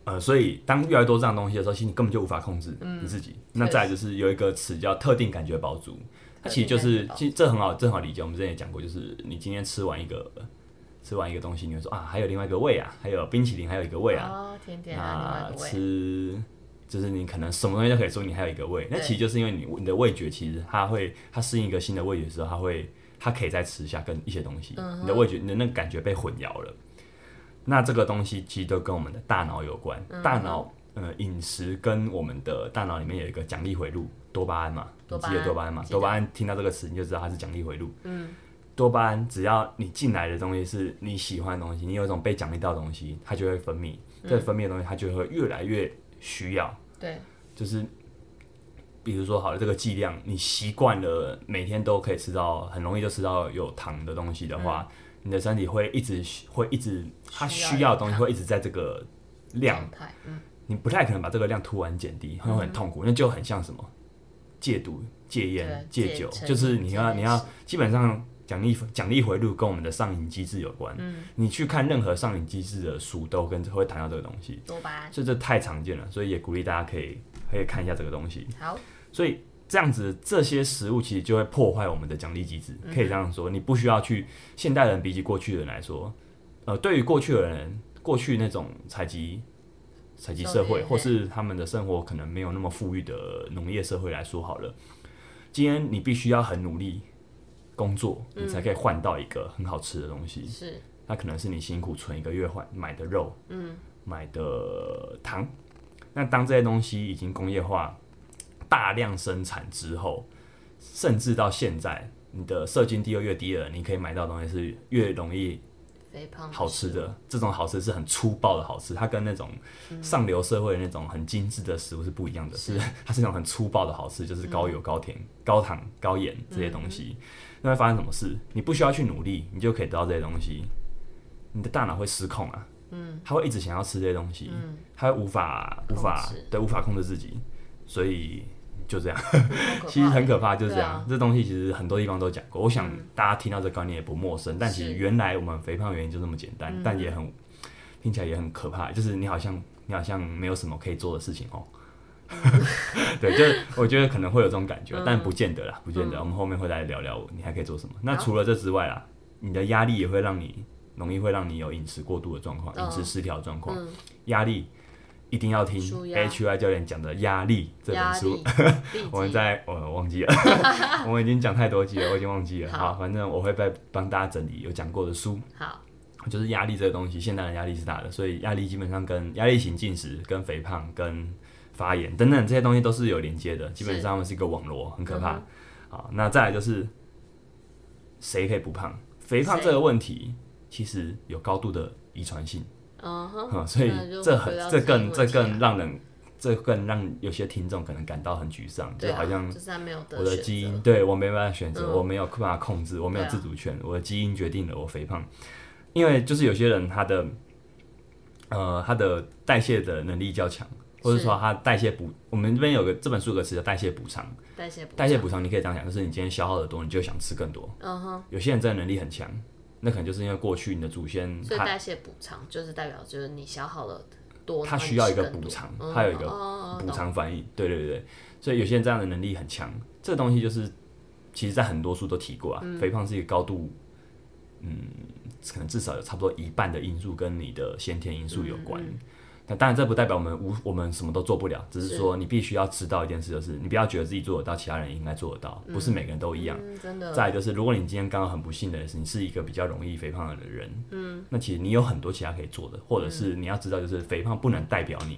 [SPEAKER 1] 呃，所以当越来越多这样东西的时候，其实你根本就无法控制你自己。那再来就是有一个词叫嗯特定感觉饱足，它其实就
[SPEAKER 2] 特定感
[SPEAKER 1] 是
[SPEAKER 2] 觉饱足
[SPEAKER 1] 其实这很好，这很好理解。我们之前也讲过，就是你今天吃完一个吃完一个东西，你会说啊，还有另外一个胃啊，还有冰淇淋，还有一个胃啊。
[SPEAKER 2] 哦，甜点啊，
[SPEAKER 1] 那
[SPEAKER 2] 另外一个味，
[SPEAKER 1] 吃就是你可能什么东西都可以说你还有一个胃，那
[SPEAKER 2] 对
[SPEAKER 1] 其实就是因为你你的味觉其实它会它适应一个新的味觉的时候，它会它可以再吃下跟一些东西，
[SPEAKER 2] 嗯
[SPEAKER 1] 你的味觉你的那个感觉被混淆了。那这个东西其实都跟我们的大脑有关，
[SPEAKER 2] 嗯
[SPEAKER 1] 大脑呃饮食跟我们的大脑里面有一个奖励回路多巴胺嘛，你
[SPEAKER 2] 多巴
[SPEAKER 1] 记得
[SPEAKER 2] 胺
[SPEAKER 1] 多巴胺嘛？
[SPEAKER 2] 记得
[SPEAKER 1] 多巴胺听到这个词你就知道它是奖励回路，嗯。多巴胺，只要你进来的东西是你喜欢的东西，你有一种被奖励到的东西，它就会分泌。
[SPEAKER 2] 嗯
[SPEAKER 1] 这分泌的东西，它就会越来越需要。
[SPEAKER 2] 对，
[SPEAKER 1] 就是比如说，好了，这个剂量，你习惯了每天都可以吃到，很容易就吃到有糖的东西的话，你的身体会一直会一直，它
[SPEAKER 2] 嗯需要
[SPEAKER 1] 需要的
[SPEAKER 2] 有
[SPEAKER 1] 东西会一直在这个量
[SPEAKER 2] 状态，嗯，
[SPEAKER 1] 你不太可能把这个量突然减低，会很痛苦，那就很像什么戒毒、戒烟、
[SPEAKER 2] 对
[SPEAKER 1] 戒酒
[SPEAKER 2] 戒，成
[SPEAKER 1] 就是你要
[SPEAKER 2] 戒
[SPEAKER 1] 你要基本上奖励奖励回路跟我们的上瘾机制有关。
[SPEAKER 2] 嗯
[SPEAKER 1] 你去看任何上瘾机制的书，都跟会谈到这个东西，
[SPEAKER 2] 多巴胺，
[SPEAKER 1] 所以这太常见了，所以也鼓励大家可以可以看一下这个东西。
[SPEAKER 2] 好，
[SPEAKER 1] 所以这样子，这些食物其实就会破坏我们的奖励机制，可以这样说。你不需要去现代人比起过去的人来说，呃，对于过去的人，过去那种采集采集社
[SPEAKER 2] 狩
[SPEAKER 1] 会，
[SPEAKER 2] 猎
[SPEAKER 1] 或是他们的生活可能没有那么富裕的农业社会来说好了，今天你必须要很努力工作，你才可以换到一个很好吃的东西。
[SPEAKER 2] 是
[SPEAKER 1] 那可能是你辛苦存一个月换买的肉，嗯，买的糖。那当这些东西已经工业化、大量生产之后，甚至到现在，你的社经地位越低了，你可以买到的东西是越容易
[SPEAKER 2] 肥胖
[SPEAKER 1] 好吃的。这种好吃是很粗暴的好吃，它跟那种上流社会的那种很精致的食物是不一样的，嗯是 [laughs] 嗯它是那种很粗暴的好吃，就是高油、高甜、高糖、高盐这些东西。那会发生什么事？你不需要去努力，你就可以得到这些东西。你的大脑会失控啊，嗯，他会一直想要吃这些东西，嗯，他会无法无
[SPEAKER 2] 控
[SPEAKER 1] 法
[SPEAKER 2] 制
[SPEAKER 1] 对无法控制自己，所以就这样。
[SPEAKER 2] 好可怕
[SPEAKER 1] 其实很可怕，就是这样。
[SPEAKER 2] 对啊嗯
[SPEAKER 1] 这东西其实很多地方都讲过，我想大家听到这个观念也不陌生。但其实
[SPEAKER 2] 是嗯
[SPEAKER 1] 原来我们肥胖的原因就这么简单，但也很听起来也很可怕，就是你好像你好像没有什么可以做的事情哦。
[SPEAKER 2] 嗯
[SPEAKER 1] [laughs] 对，就是我觉得可能会有这种感觉，但不见得啦，不见得。我们后面会来聊聊你还可以做什么。那
[SPEAKER 2] 嗯好
[SPEAKER 1] 除了这之外啦，你的压力也会让你容易会让你有饮食过度的状况、
[SPEAKER 2] 嗯
[SPEAKER 1] 饮食失调的状况、压力。一定要听
[SPEAKER 2] 舒压
[SPEAKER 1] H Y 教练讲的《压力》这本
[SPEAKER 2] 压
[SPEAKER 1] 书，
[SPEAKER 2] 力，地基
[SPEAKER 1] [laughs] 我们在我、呃忘记
[SPEAKER 2] [laughs]
[SPEAKER 1] 了，我们已经讲太多集了，我已经忘记了。好，
[SPEAKER 2] 好
[SPEAKER 1] 反正我会再帮大家整理有讲过的书，
[SPEAKER 2] 好，
[SPEAKER 1] 就是压力这个东西，现代人压力是大的，所以压力基本上跟压力型进食、跟肥胖、跟发炎等等这些东西都是有连接的，基本上它们是一个网络，很可怕。好，那再来就是谁可以不胖？肥胖
[SPEAKER 2] 谁
[SPEAKER 1] 这个问题其实有高度的遗传性。
[SPEAKER 2] 嗯哼，
[SPEAKER 1] 嗯，所以
[SPEAKER 2] 那就
[SPEAKER 1] 这
[SPEAKER 2] 回
[SPEAKER 1] 很
[SPEAKER 2] 到
[SPEAKER 1] 这
[SPEAKER 2] 自己
[SPEAKER 1] 更
[SPEAKER 2] 问
[SPEAKER 1] 这
[SPEAKER 2] 题
[SPEAKER 1] 更
[SPEAKER 2] 啊
[SPEAKER 1] 让人这更让有些听众可能感到很沮丧，
[SPEAKER 2] 对
[SPEAKER 1] 就
[SPEAKER 2] 啊
[SPEAKER 1] 好像
[SPEAKER 2] 就是他没有得
[SPEAKER 1] 我的
[SPEAKER 2] 选
[SPEAKER 1] 基
[SPEAKER 2] 择
[SPEAKER 1] 因对我没办法选择，
[SPEAKER 2] 嗯
[SPEAKER 1] 我没有办法控制，我没有
[SPEAKER 2] 对啊
[SPEAKER 1] 自主权，我的基因决定了我肥胖。因为就是有些人他的呃他的代谢的能力较强，或者
[SPEAKER 2] 是
[SPEAKER 1] 说他代谢补，我们这边有个这本书有个词叫代谢补偿，
[SPEAKER 2] 代谢不
[SPEAKER 1] 代谢补偿你可以这样讲，就是你今天消耗的多，你就想吃更多。
[SPEAKER 2] 嗯哼，
[SPEAKER 1] 有些人真的能力很强，那可能就是因为过去你的祖先
[SPEAKER 2] 所
[SPEAKER 1] 嗯
[SPEAKER 2] 以
[SPEAKER 1] 他
[SPEAKER 2] 代谢补偿就是代表就是你消耗了多，
[SPEAKER 1] 它
[SPEAKER 2] 然后你
[SPEAKER 1] 需要一
[SPEAKER 2] 吃
[SPEAKER 1] 个
[SPEAKER 2] 更
[SPEAKER 1] 补
[SPEAKER 2] 多
[SPEAKER 1] 偿
[SPEAKER 2] 嗯
[SPEAKER 1] 它有一个
[SPEAKER 2] 哦哦哦
[SPEAKER 1] 补
[SPEAKER 2] 懂
[SPEAKER 1] 偿反应，对对对，所以有些人这样的能力很强，这个东西就是其实，在很多书都提过啊，肥胖是一个高度，嗯，可能至少有差不多一半的因素跟你的先天因素有关。
[SPEAKER 2] 嗯
[SPEAKER 1] 那当然，这不代表我们无我们什么都做不了，只是
[SPEAKER 2] 是
[SPEAKER 1] 说你必须要知道一件事，就是你不要觉得自己做得到，其他人也应该做得到，不是每个人都一样。
[SPEAKER 2] 嗯，真的，
[SPEAKER 1] 再来就是，如果你今天刚好很不幸的是，你是一个比较容易肥胖的人，嗯，那其实你有很多其他可以做的，或者是
[SPEAKER 2] 嗯
[SPEAKER 1] 你要知道，就是肥胖不能代表你，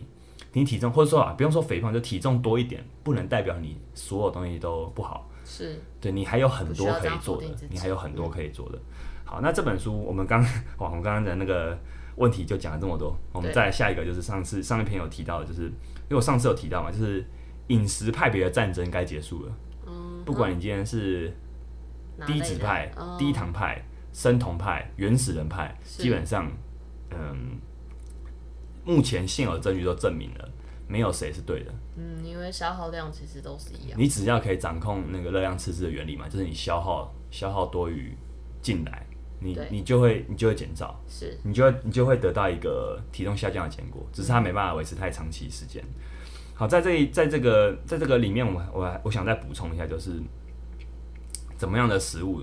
[SPEAKER 1] 你体重或者说啊，不用说肥胖，就体重多一点，不能代表你所有东西都不好，
[SPEAKER 2] 是
[SPEAKER 1] 对你还有很
[SPEAKER 2] 不需
[SPEAKER 1] 多
[SPEAKER 2] 要
[SPEAKER 1] 可
[SPEAKER 2] 这
[SPEAKER 1] 以
[SPEAKER 2] 样
[SPEAKER 1] 做
[SPEAKER 2] 否
[SPEAKER 1] 的
[SPEAKER 2] 定自，己
[SPEAKER 1] 你还有很多可以做的。好，那这本书我们刚 [laughs] 哇，我们刚刚的那个问题就讲了这么多，我们
[SPEAKER 2] 对
[SPEAKER 1] 再来下一个就是上次上一篇有提到的，就是因为我上次有提到嘛，就是饮食派别的战争该结束了，嗯，不管你今天是。
[SPEAKER 2] 哪
[SPEAKER 1] 低
[SPEAKER 2] 类
[SPEAKER 1] 脂
[SPEAKER 2] 的
[SPEAKER 1] 派、
[SPEAKER 2] 哦
[SPEAKER 1] 低糖派、生酮派、原始人派，
[SPEAKER 2] 是
[SPEAKER 1] 基本上，嗯，目前现有的证据都证明了，没有谁是对的。
[SPEAKER 2] 嗯，因为消耗量其实都是一样，
[SPEAKER 1] 你只要可以掌控那个热量赤字的原理嘛，就是你消耗消耗多余进来，你
[SPEAKER 2] 对
[SPEAKER 1] 你就会你就会减少，
[SPEAKER 2] 是
[SPEAKER 1] 你就会你就会得到一个体重下降的结果，只是它没办法维持太长期时间。好，在这在这个在这个里面我，我我想再补充一下，就是怎么样的食物，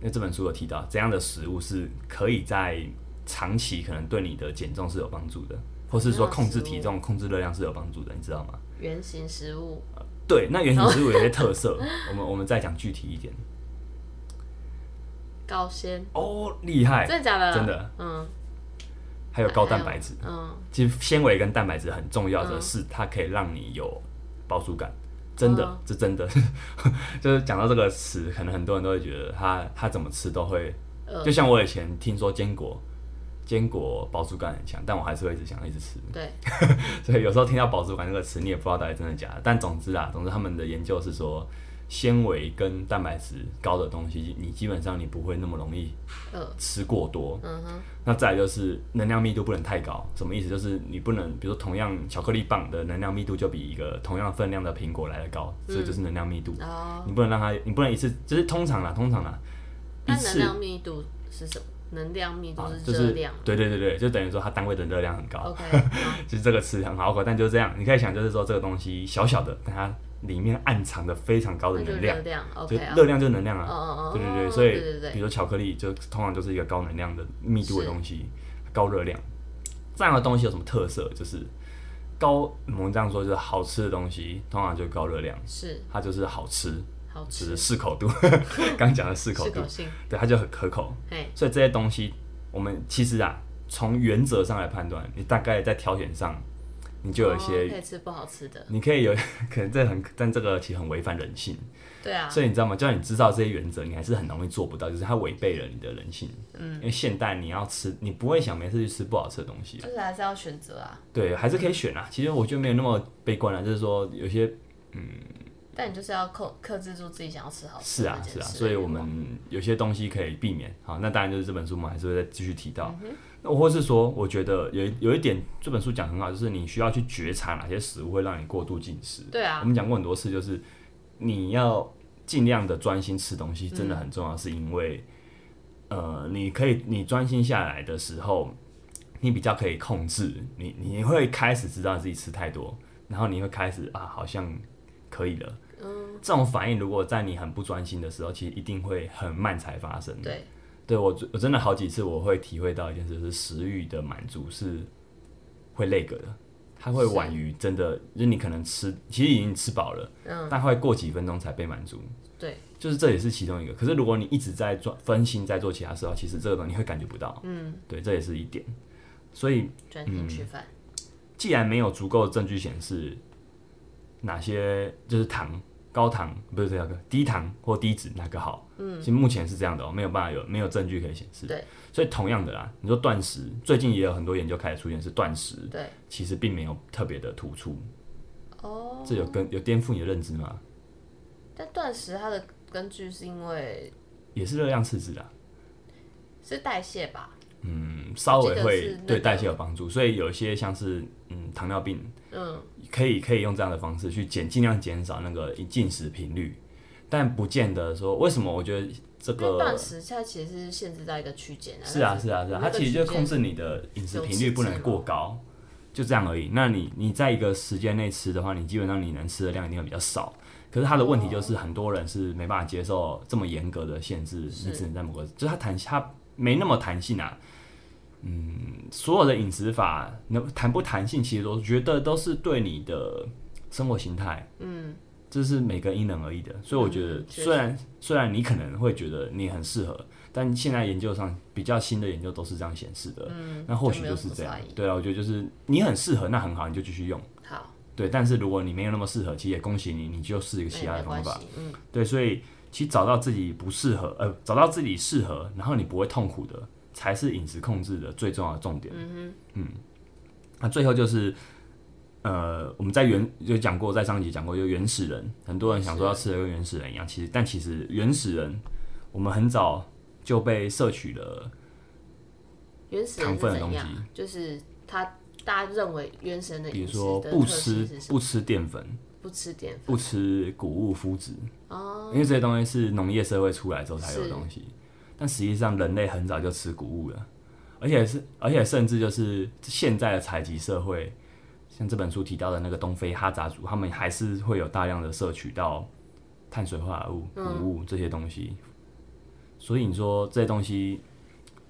[SPEAKER 1] 因为这本书有提到，怎样的食物是可以在长期可能对你的减重是有帮助的，或是说控制体重、控制热量是有帮助的，你知道吗？
[SPEAKER 2] 圆形食物，
[SPEAKER 1] 对，那原型食物有些特色，我们我们再讲具体一点。
[SPEAKER 2] 高纤，
[SPEAKER 1] 哦，厉害！
[SPEAKER 2] 真的假的？
[SPEAKER 1] 真的，
[SPEAKER 2] 嗯，
[SPEAKER 1] 还有高蛋白质，
[SPEAKER 2] 嗯，
[SPEAKER 1] 其实纤维跟蛋白质很重要的是，它可以让你有饱足感，真的，
[SPEAKER 2] 嗯
[SPEAKER 1] 这真的， [laughs] 就是讲到这个词，可能很多人都会觉得它它怎么吃都会，
[SPEAKER 2] 呃
[SPEAKER 1] 就像我以前听说坚果，坚果饱足感很强，但我还是会一直想要一直吃， [laughs]
[SPEAKER 2] 对，
[SPEAKER 1] 所以有时候听到饱足感这个词，你也不知道到底真的假的。但总之啦，总之他们的研究是说，纤维跟蛋白质高的东西，你基本上你不会那么容易
[SPEAKER 2] 呃，
[SPEAKER 1] 吃过多，
[SPEAKER 2] 嗯哼，
[SPEAKER 1] 那再来就是能量密度不能太高，什么意思？就是你不能，比如说同样巧克力棒的能量密度就比一个同样分量的苹果来的高，所以
[SPEAKER 2] 嗯
[SPEAKER 1] 就是能量密度。
[SPEAKER 2] 然后
[SPEAKER 1] 你不能让它，你不能一次，就是通常啦，通常啦，一
[SPEAKER 2] 那能
[SPEAKER 1] 次
[SPEAKER 2] 量密度是什么？能量密度
[SPEAKER 1] 啊，
[SPEAKER 2] 是
[SPEAKER 1] 就
[SPEAKER 2] 热
[SPEAKER 1] 是啊
[SPEAKER 2] 量。哦
[SPEAKER 1] 对对对对，就等于说它单位的热量很高，
[SPEAKER 2] OK，
[SPEAKER 1] 就是这个词很好搞，但就是这样，你可以想，就是说这个东西小小的，但它里面暗藏着非常 [laughs] 高的
[SPEAKER 2] 那就
[SPEAKER 1] 能量
[SPEAKER 2] 热，量。
[SPEAKER 1] 就
[SPEAKER 2] OK 啊，
[SPEAKER 1] 热量就是能量啊
[SPEAKER 2] 嗯，嗯嗯，
[SPEAKER 1] 对对对，
[SPEAKER 2] 哦
[SPEAKER 1] 所以
[SPEAKER 2] 对对
[SPEAKER 1] 比
[SPEAKER 2] 对，
[SPEAKER 1] 如说巧克力就通常就是一个高能量的密度的
[SPEAKER 2] 是
[SPEAKER 1] 东西，高热量。这样的东西有什么特色？就是高，我们这样说就是好吃的东西通常就高热量，
[SPEAKER 2] 是
[SPEAKER 1] 它就是好吃，
[SPEAKER 2] 好
[SPEAKER 1] 只
[SPEAKER 2] 吃
[SPEAKER 1] 是，
[SPEAKER 2] [laughs]
[SPEAKER 1] 适口度。刚讲的适口
[SPEAKER 2] 适
[SPEAKER 1] 度
[SPEAKER 2] 口，性，
[SPEAKER 1] 对，它就很可口。
[SPEAKER 2] 嘿，
[SPEAKER 1] 所以这些东西我们其实啊，从原则上来判断，你大概在挑选上，你就有一
[SPEAKER 2] 哦可
[SPEAKER 1] 些，
[SPEAKER 2] 以吃不好吃的，
[SPEAKER 1] 你可以有 [laughs] 可能这很，但这个其实很违反人性。
[SPEAKER 2] 对啊，
[SPEAKER 1] 所以你知道吗？就算你知道这些原则，你还是很容易做不到，就是它违背了你的人性。嗯，因为现代你要吃，你不会想没事去吃不好吃的东西。
[SPEAKER 2] 就是还是要选择啊。
[SPEAKER 1] 对，还是可以选啊。其实我觉得没有那么悲观啊，就是说有些
[SPEAKER 2] 但你就是要克克制住自己想要吃好吃
[SPEAKER 1] 是
[SPEAKER 2] 的
[SPEAKER 1] 啊
[SPEAKER 2] 这件
[SPEAKER 1] 是
[SPEAKER 2] 事。
[SPEAKER 1] 啊，所以我们有些东西可以避免。好，那当然就是这本书我们还是会再继续提到。那或是说，我觉得有一有一点这本书讲得很好，就是你需要去觉察哪些食物会让你过度进食。
[SPEAKER 2] 对啊
[SPEAKER 1] 我，们讲过很多次，就是你要尽量的专心吃东西，真的很重要，是因为、呃，你可以你专心下来的时候，你比较可以控制，你你会开始知道自己吃太多，然后你会开始啊，好像可以了。
[SPEAKER 2] 嗯
[SPEAKER 1] 这种反应如果在你很不专心的时候，其实一定会很慢才发生。
[SPEAKER 2] 对，
[SPEAKER 1] 对我我真的好几次我会体会到一件事，就是食欲的满足是会累个的，它会
[SPEAKER 2] 是
[SPEAKER 1] 晚于真的，就是你可能吃，其实已经吃饱了，
[SPEAKER 2] 嗯，
[SPEAKER 1] 但会过几分钟才被满足，
[SPEAKER 2] 对，
[SPEAKER 1] 就是这也是其中一个。可是如果你一直在专分心在做其他事的话，其实这个东西你会感觉不到，嗯，对，这也是一点。所以
[SPEAKER 2] 专心
[SPEAKER 1] 嗯
[SPEAKER 2] 吃饭，
[SPEAKER 1] 既然没有足够的证据显示哪些就是糖、高糖不是这个低糖或低脂哪个好，嗯，其实目前是这样的哦，没有办法有没有证据可以显示。
[SPEAKER 2] 对，
[SPEAKER 1] 所以同样的啦，你说断食，最近也有很多研究开始出现是断食，
[SPEAKER 2] 对，
[SPEAKER 1] 其实并没有特别的突出，
[SPEAKER 2] 哦，
[SPEAKER 1] 这有跟有颠覆你的认知吗？
[SPEAKER 2] 但断食它的根据是因为
[SPEAKER 1] 也是热量赤字啦，
[SPEAKER 2] 是代谢吧？
[SPEAKER 1] 嗯，稍微
[SPEAKER 2] 我记得
[SPEAKER 1] 会
[SPEAKER 2] 是那
[SPEAKER 1] 对
[SPEAKER 2] 个
[SPEAKER 1] 代谢有帮助，所以有一些像是嗯糖尿病，
[SPEAKER 2] 嗯，
[SPEAKER 1] 可以可以用这样的方式去减，尽量减少那个进食频率，但不见得说为什么？我觉得这
[SPEAKER 2] 因为
[SPEAKER 1] 个
[SPEAKER 2] 断食它其实是限制在一个区间
[SPEAKER 1] 是啊是啊是啊，它其实就控
[SPEAKER 2] 制
[SPEAKER 1] 制你的饮食频率不能过高，就这样而已。那你你在一个时间内吃的话，你基本上你能吃的量一定会比较少。可是它的问题
[SPEAKER 2] 哦
[SPEAKER 1] 就是很多人是没办法接受这么严格的限制，
[SPEAKER 2] 是
[SPEAKER 1] 你只能在某个，就是它弹它没那么弹性啊。嗯，所有的饮食法能弹不弹性，其实我觉得都是对你的生活形态，嗯，这是每个因人而异的。所以我觉得
[SPEAKER 2] 嗯，确实
[SPEAKER 1] 虽然、虽然你可能会觉得你很适合，但现在研究上比较新的研究都是这样显示的。嗯那或许就是这样
[SPEAKER 2] 就没有什么差。
[SPEAKER 1] 对啊，我觉得就是你很适合，那很好，你就继续用。
[SPEAKER 2] 好，
[SPEAKER 1] 对，但是如果你没有那么适合，其实也恭喜你，你就试一个
[SPEAKER 2] 那
[SPEAKER 1] 其
[SPEAKER 2] 也
[SPEAKER 1] 他的
[SPEAKER 2] 没
[SPEAKER 1] 方
[SPEAKER 2] 关
[SPEAKER 1] 法。
[SPEAKER 2] 系，嗯，
[SPEAKER 1] 对，所以其实找到自己不适合，呃，找到自己适合，然后你不会痛苦的，才是饮食控制的最重要的重点。嗯那最后就是，呃，我们在原就讲过，在上一集讲过，就原始人，很多人想说要吃的跟原始人一样，其实但其实原始人，我们很早就被摄取了，
[SPEAKER 2] 原始
[SPEAKER 1] 糖
[SPEAKER 2] 人
[SPEAKER 1] 分
[SPEAKER 2] 是
[SPEAKER 1] 的东
[SPEAKER 2] 怎
[SPEAKER 1] 西
[SPEAKER 2] 样？就是他大家认为原始人的
[SPEAKER 1] 比
[SPEAKER 2] 饮
[SPEAKER 1] 如
[SPEAKER 2] 食
[SPEAKER 1] 说
[SPEAKER 2] 的
[SPEAKER 1] 不
[SPEAKER 2] 特性
[SPEAKER 1] 吃
[SPEAKER 2] 是什么
[SPEAKER 1] 不吃淀粉，
[SPEAKER 2] 不吃淀粉
[SPEAKER 1] 不吃谷物麸质，
[SPEAKER 2] 哦，
[SPEAKER 1] 因为这些东西是农业社会出来之后才有的
[SPEAKER 2] 是
[SPEAKER 1] 东西，但实际上人类很早就吃谷物了，而且是而且甚至就是现在的采集社会，像这本书提到的那个东非哈扎族，他们还是会有大量的摄取到碳水化合物、
[SPEAKER 2] 嗯
[SPEAKER 1] 谷物这些东西，所以你说这些东西，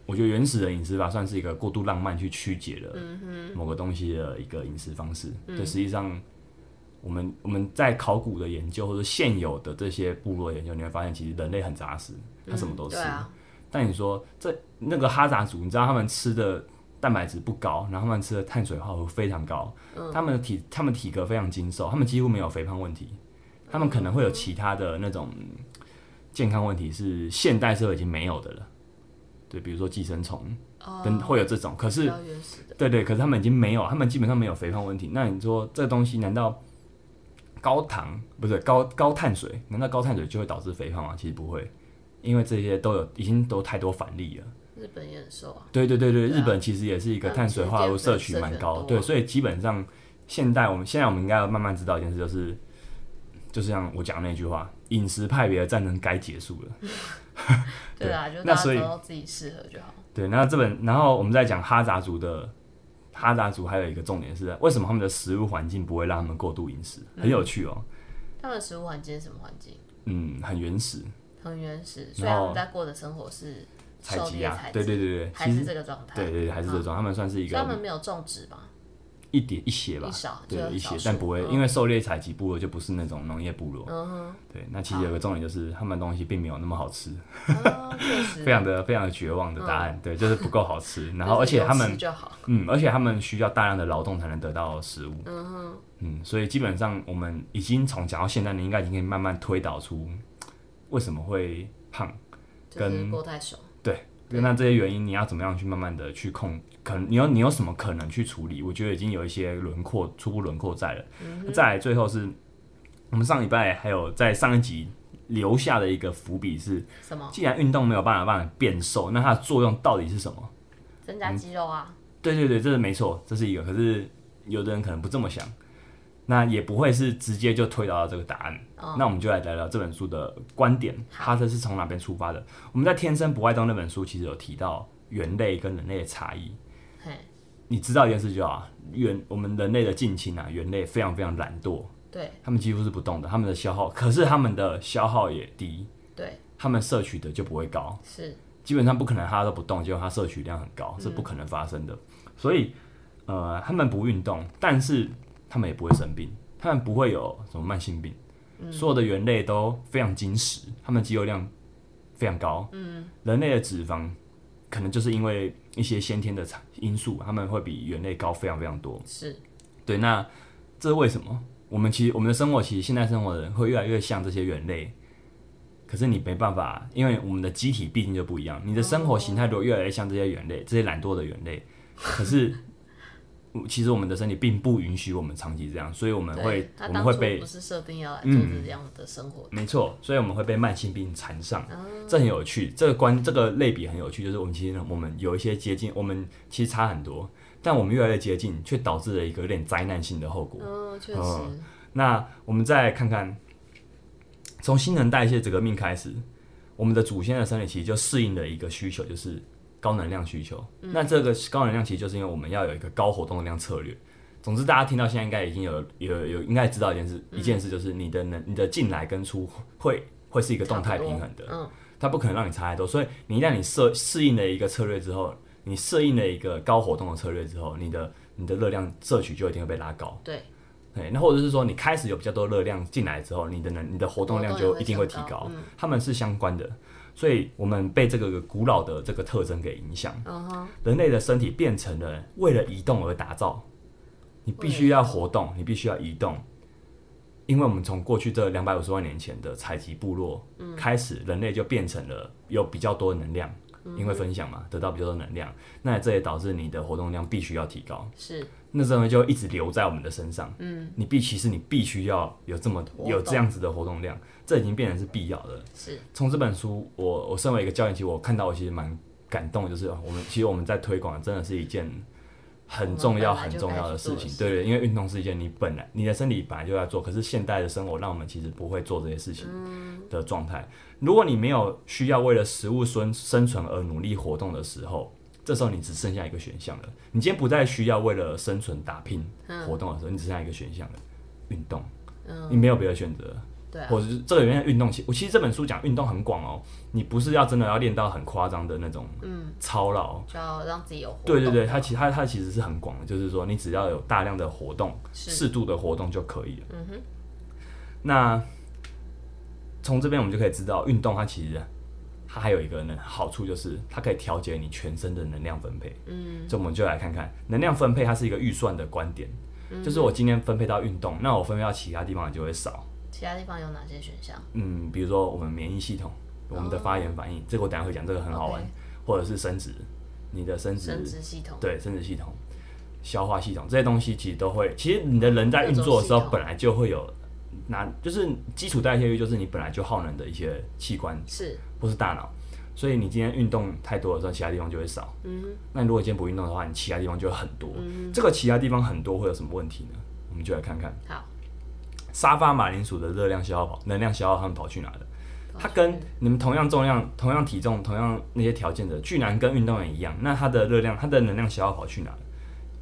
[SPEAKER 1] 我觉得原始的饮食法算是一个过度浪漫去曲解了
[SPEAKER 2] 嗯
[SPEAKER 1] 某个东西的一个饮食方式，对，实际上。我们我们在考古的研究或者现有的这些部落研究，你会发现其实人类很杂食，他什么都
[SPEAKER 2] 嗯
[SPEAKER 1] 吃。
[SPEAKER 2] 对啊，
[SPEAKER 1] 但你说这那个哈扎族，你知道他们吃的蛋白质不高，然后他们吃的碳水化合物非常高，他们的体他们体格非常精瘦，他们几乎没有肥胖问题，他们可能会有其他的那种嗯健康问题是现代社会已经没有的了。对，比如说寄生虫，
[SPEAKER 2] 哦
[SPEAKER 1] 跟会有这种，可
[SPEAKER 2] 比
[SPEAKER 1] 是
[SPEAKER 2] 较原始的，
[SPEAKER 1] 对对，可是他们已经没有，他们基本上没有肥胖问题。那你说这东西难道高糖不是高高碳水？难道高碳水就会导致肥胖吗？其实不会，因为这些都有已经都太多反例了。
[SPEAKER 2] 日本也很瘦啊，
[SPEAKER 1] 对对对对，
[SPEAKER 2] 对啊
[SPEAKER 1] 日本其实也是一个碳水化合物摄取蛮高，
[SPEAKER 2] 嗯
[SPEAKER 1] 对，
[SPEAKER 2] 对
[SPEAKER 1] 所以基本上现代我们现在我们应该要慢慢知道一件事，就是就是像我讲的那句话，饮食派别的战争该结束了。
[SPEAKER 2] 对啊，就
[SPEAKER 1] 那
[SPEAKER 2] 大家
[SPEAKER 1] 所以
[SPEAKER 2] 找到自己适合就好，
[SPEAKER 1] 对，那这本，然后我们再讲哈扎族的哈扎族，还有一个重点是，为什么他们的食物环境不会让他们过度饮食？很有趣哦，
[SPEAKER 2] 他们的食物环境是什么环境？
[SPEAKER 1] 嗯，很原始，
[SPEAKER 2] 很原始，所以
[SPEAKER 1] 然
[SPEAKER 2] 他
[SPEAKER 1] 后
[SPEAKER 2] 们在过的生活是
[SPEAKER 1] 采
[SPEAKER 2] 狩
[SPEAKER 1] 集
[SPEAKER 2] 猎
[SPEAKER 1] 啊
[SPEAKER 2] 采，
[SPEAKER 1] 对
[SPEAKER 2] 集，
[SPEAKER 1] 对对对，
[SPEAKER 2] 还
[SPEAKER 1] 其
[SPEAKER 2] 是
[SPEAKER 1] 实
[SPEAKER 2] 这个状态，嗯
[SPEAKER 1] 对对对还是这种，他们算是
[SPEAKER 2] 所
[SPEAKER 1] 一
[SPEAKER 2] 以他
[SPEAKER 1] 个
[SPEAKER 2] 们没有种植吧？
[SPEAKER 1] 一点一些吧
[SPEAKER 2] 一少，
[SPEAKER 1] 对
[SPEAKER 2] 就，
[SPEAKER 1] 一些
[SPEAKER 2] 少，数
[SPEAKER 1] 但不会，
[SPEAKER 2] 嗯
[SPEAKER 1] 因为狩猎采集部落就不是那种农业部落。
[SPEAKER 2] 嗯
[SPEAKER 1] 对，那其实有个重点就是，他们东西并没有那么好吃，
[SPEAKER 2] 哼，哦确实，
[SPEAKER 1] 非常的非常的绝望的答案，对，就是不够好
[SPEAKER 2] [laughs]
[SPEAKER 1] 吃。然后，
[SPEAKER 2] 嗯就
[SPEAKER 1] 而
[SPEAKER 2] 是
[SPEAKER 1] 且
[SPEAKER 2] 有
[SPEAKER 1] 他
[SPEAKER 2] 吃
[SPEAKER 1] 们，
[SPEAKER 2] 就好，
[SPEAKER 1] 嗯，而且他们需要大量的劳动才能得到食物，
[SPEAKER 2] 嗯哼，
[SPEAKER 1] 嗯，所以基本上我们已经从讲到现在，你应该已经可以慢慢推导出为什么会胖，
[SPEAKER 2] 就是
[SPEAKER 1] 跟
[SPEAKER 2] 过太熟，
[SPEAKER 1] 对，那这些原因你要怎么样去慢慢的去控，可能你有你有什么可能去处理？我觉得已经有一些轮廓初步轮廓在了。那再来最后是我们上礼拜还有在上一集留下的一个伏笔是，
[SPEAKER 2] 什么
[SPEAKER 1] 既然运动没有办法让你变瘦，那它的作用到底是什么？
[SPEAKER 2] 增
[SPEAKER 1] 嗯
[SPEAKER 2] 加肌肉啊，
[SPEAKER 1] 对对对，这是没错，这是一个。可是有的人可能不这么想，那也不会是直接就推导到这个答案。
[SPEAKER 2] 哦
[SPEAKER 1] 那我们就来聊聊这本书的观点，它这是从哪边出发的？我们在《天生不爱动》那本书其实有提到猿类跟人类的差异。
[SPEAKER 2] 嘿，
[SPEAKER 1] 你知道一件事就好啊，猿我们人类的近亲啊，猿类非常非常懒惰，
[SPEAKER 2] 对
[SPEAKER 1] 他们几乎是不动的，他们的消耗，可是他们的消耗也低，
[SPEAKER 2] 对
[SPEAKER 1] 他们摄取的就不会高。
[SPEAKER 2] 是，
[SPEAKER 1] 基本上不可能它都不动，结果它摄取量很高，是不可能发生的。所以，呃，他们不运动，但是他们也不会生病，他们不会有什么慢性病。所有的猿类都非常精实，他们肌肉量非常高。嗯，人类的脂肪可能就是因为一些先天的差因素，他们会比猿类高非常非常多。
[SPEAKER 2] 是
[SPEAKER 1] 对，那这是为什么？我们其实我们的生活，其实现代生活的人会越来越像这些猿类，可是你没办法，因为我们的机体毕竟就不一样。你的生活形态如果越来越像这些猿类，这些懒惰的猿类，可是我其实我们的身体并不允许我们长期这样，所以我们
[SPEAKER 2] 对
[SPEAKER 1] 会
[SPEAKER 2] 他
[SPEAKER 1] 我们
[SPEAKER 2] 当
[SPEAKER 1] 会
[SPEAKER 2] 初
[SPEAKER 1] 被
[SPEAKER 2] 不是设定要来做
[SPEAKER 1] 嗯
[SPEAKER 2] 这样的哦生活，
[SPEAKER 1] 没错，所以我们会被慢性病缠上，这很有趣。这个关这个类比很有趣，就是我们其实我们有一些接近，我们其实差很多，但我们越来越接近，却导致了一个有点灾难性的后果。
[SPEAKER 2] 嗯，确
[SPEAKER 1] 嗯
[SPEAKER 2] 实，
[SPEAKER 1] 那我们再看看，从新陈代谢这个命开始，我们的祖先的身体其实就适应了一个需求，就是高能量需求。那这个高能量其实就是因为我们要有一个高活动量策略。总之，大家听到现在应该已经有有有应该知道一件事，一件事就是你的能你的进来跟出会会是一个动态平衡的。
[SPEAKER 2] 嗯，
[SPEAKER 1] 它不可能让你差太多，所以你一旦你设适应了一个策略之后，你适应了一个高活动的策略之后，你的你的热量摄取就一定会被拉高。
[SPEAKER 2] 对，
[SPEAKER 1] 对，那或者是说你开始有比较多热量进来之后，你的能你的活动量
[SPEAKER 2] 活动也
[SPEAKER 1] 就
[SPEAKER 2] 会
[SPEAKER 1] 一定会提
[SPEAKER 2] 升高
[SPEAKER 1] 高，嗯它们是相关的。所以我们被这个古老的这个特征给影响，
[SPEAKER 2] 嗯哼，
[SPEAKER 1] 人类的身体变成了为了移动而打造，你必须要活动，你必须要移动。因为我们从过去这两百五十万年前的采集部落开始，人类就变成了有比较多的能量，因为分享嘛，得到比较多能量，那这也导致你的活动量必须要提高。
[SPEAKER 2] 是
[SPEAKER 1] 那这东西就一直留在我们的身上。嗯，你必其实你必须要有这么
[SPEAKER 2] 活动
[SPEAKER 1] 有这样子的活动量，这已经变成是必要的。
[SPEAKER 2] 是，
[SPEAKER 1] 从这本书，我我身为一个教练，其实我看到我其实蛮感动的，就是哦我们其实我们在推广，真的是一件很重要
[SPEAKER 2] 我们
[SPEAKER 1] 很
[SPEAKER 2] 本来就
[SPEAKER 1] 重要的
[SPEAKER 2] 该去做
[SPEAKER 1] 事
[SPEAKER 2] 的
[SPEAKER 1] 情。
[SPEAKER 2] 事
[SPEAKER 1] 对对，因为运动是一件你本来你的身体本来就要做，可是现代的生活让我们其实不会做这些事情
[SPEAKER 2] 嗯
[SPEAKER 1] 的状态。如果你没有需要为了食物生生存而努力活动的时候，这时候你只剩下一个选项了。你今天不再需要为了生存打拼
[SPEAKER 2] 嗯
[SPEAKER 1] 活动的时候，你只剩下一个选项了，运动。你没有别的选择了。
[SPEAKER 2] 对啊，
[SPEAKER 1] 或者是这个原因运动，其我其实这本书讲运动很广哦，你不是要真的要练到很夸张的那种，嗯，操劳。
[SPEAKER 2] 就要让自己有活
[SPEAKER 1] 对对
[SPEAKER 2] 动
[SPEAKER 1] 对，它其它它其实是很广的，就是说你只要有大量的活动，
[SPEAKER 2] 是
[SPEAKER 1] 适度的活动就可以了。嗯哼。那从这边我们就可以知道，运动它其实它还有一个呢好处，就是它可以调节你全身的能量分配。嗯，所以我们就来看看能量分配，它是一个预算的观点，就是我今天分配到运动，那我分配到其他地方就会少。
[SPEAKER 2] 其他地方有哪些选项？
[SPEAKER 1] 嗯，比如说我们免疫系统，我们的发炎反应，这个我等一下会讲，这个很好玩
[SPEAKER 2] 哦 OK
[SPEAKER 1] 或者是生殖，你的生殖，
[SPEAKER 2] 生殖系统
[SPEAKER 1] 对生殖系统、消化系统这些东西，其实都会，其实你的人在运作的时候
[SPEAKER 2] 各种系统
[SPEAKER 1] 本来就会有拿，就是基础代谢率，就是你本来就耗能的一些器官
[SPEAKER 2] 是，
[SPEAKER 1] 或是大脑，所以你今天运动太多的时候，其他地方就会少。
[SPEAKER 2] 嗯
[SPEAKER 1] 那你如果今天不运动的话，你其他地方就会很多。这个其他地方很多会有什么问题呢？我们就来看看。
[SPEAKER 2] 哼，好，
[SPEAKER 1] 沙发马铃薯的热量消耗跑能量消耗，他们跑去哪了？
[SPEAKER 2] 哦
[SPEAKER 1] 它跟你们同样重量、同样体重、同样那些条件的巨男跟运动员一样，那它的热量、它的能量消耗跑去哪了？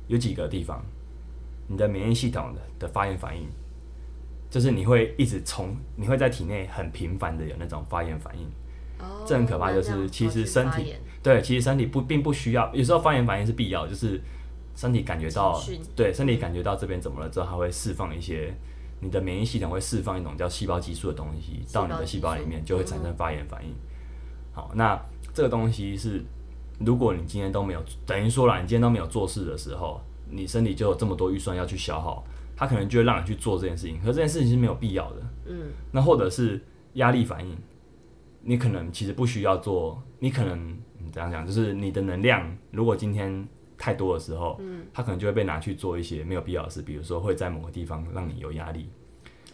[SPEAKER 1] 有几个地方，你的免疫系统的的发炎反应，就是你会一直从，你会在体内很频繁的有那种发炎反应。
[SPEAKER 2] 哦
[SPEAKER 1] 这很可怕，就
[SPEAKER 2] 能
[SPEAKER 1] 是
[SPEAKER 2] 量
[SPEAKER 1] 其
[SPEAKER 2] 跑
[SPEAKER 1] 实
[SPEAKER 2] 去
[SPEAKER 1] 身
[SPEAKER 2] 发
[SPEAKER 1] 体
[SPEAKER 2] 炎
[SPEAKER 1] 对，其实身体不并不需要，有时候发炎反应是必要，就是身体感觉到
[SPEAKER 2] 情绪，
[SPEAKER 1] 对身体感觉到这边怎么了之后，它会释放一些你的免疫系统会释放一种叫细胞激素的东西
[SPEAKER 2] 细胞
[SPEAKER 1] 到你的细胞里面，
[SPEAKER 2] 激素
[SPEAKER 1] 就会产生发炎反应。好，那这个东西是，如果你今天都没有，等于说啦，你今天都没有做事的时候，你身体就有这么多预算要去消耗，它可能就会让你去做这件事情，可是这件事情是没有必要的。
[SPEAKER 2] 嗯，
[SPEAKER 1] 那或者是压力反应，你可能其实不需要做，你可能嗯怎样讲，就是你的能量如果今天太多的时候，嗯，它可能就会被拿去做一些没有必要的事，比如说会在某个地方让你有压力，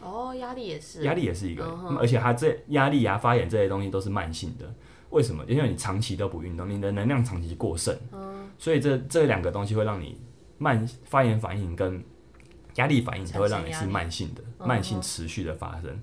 [SPEAKER 2] 哦，压力也是，
[SPEAKER 1] 压力也是一个，
[SPEAKER 2] 嗯
[SPEAKER 1] 而且它这压力啊、发炎这些东西都是慢性的。为什么？因为你长期都不运动，你的能量长期过剩，
[SPEAKER 2] 嗯
[SPEAKER 1] 所以这这两个东西会让你慢发炎反应跟压力反应都会让你
[SPEAKER 2] 产
[SPEAKER 1] 是
[SPEAKER 2] 生压力
[SPEAKER 1] 慢性的、
[SPEAKER 2] 嗯哼
[SPEAKER 1] 慢性持续的发生。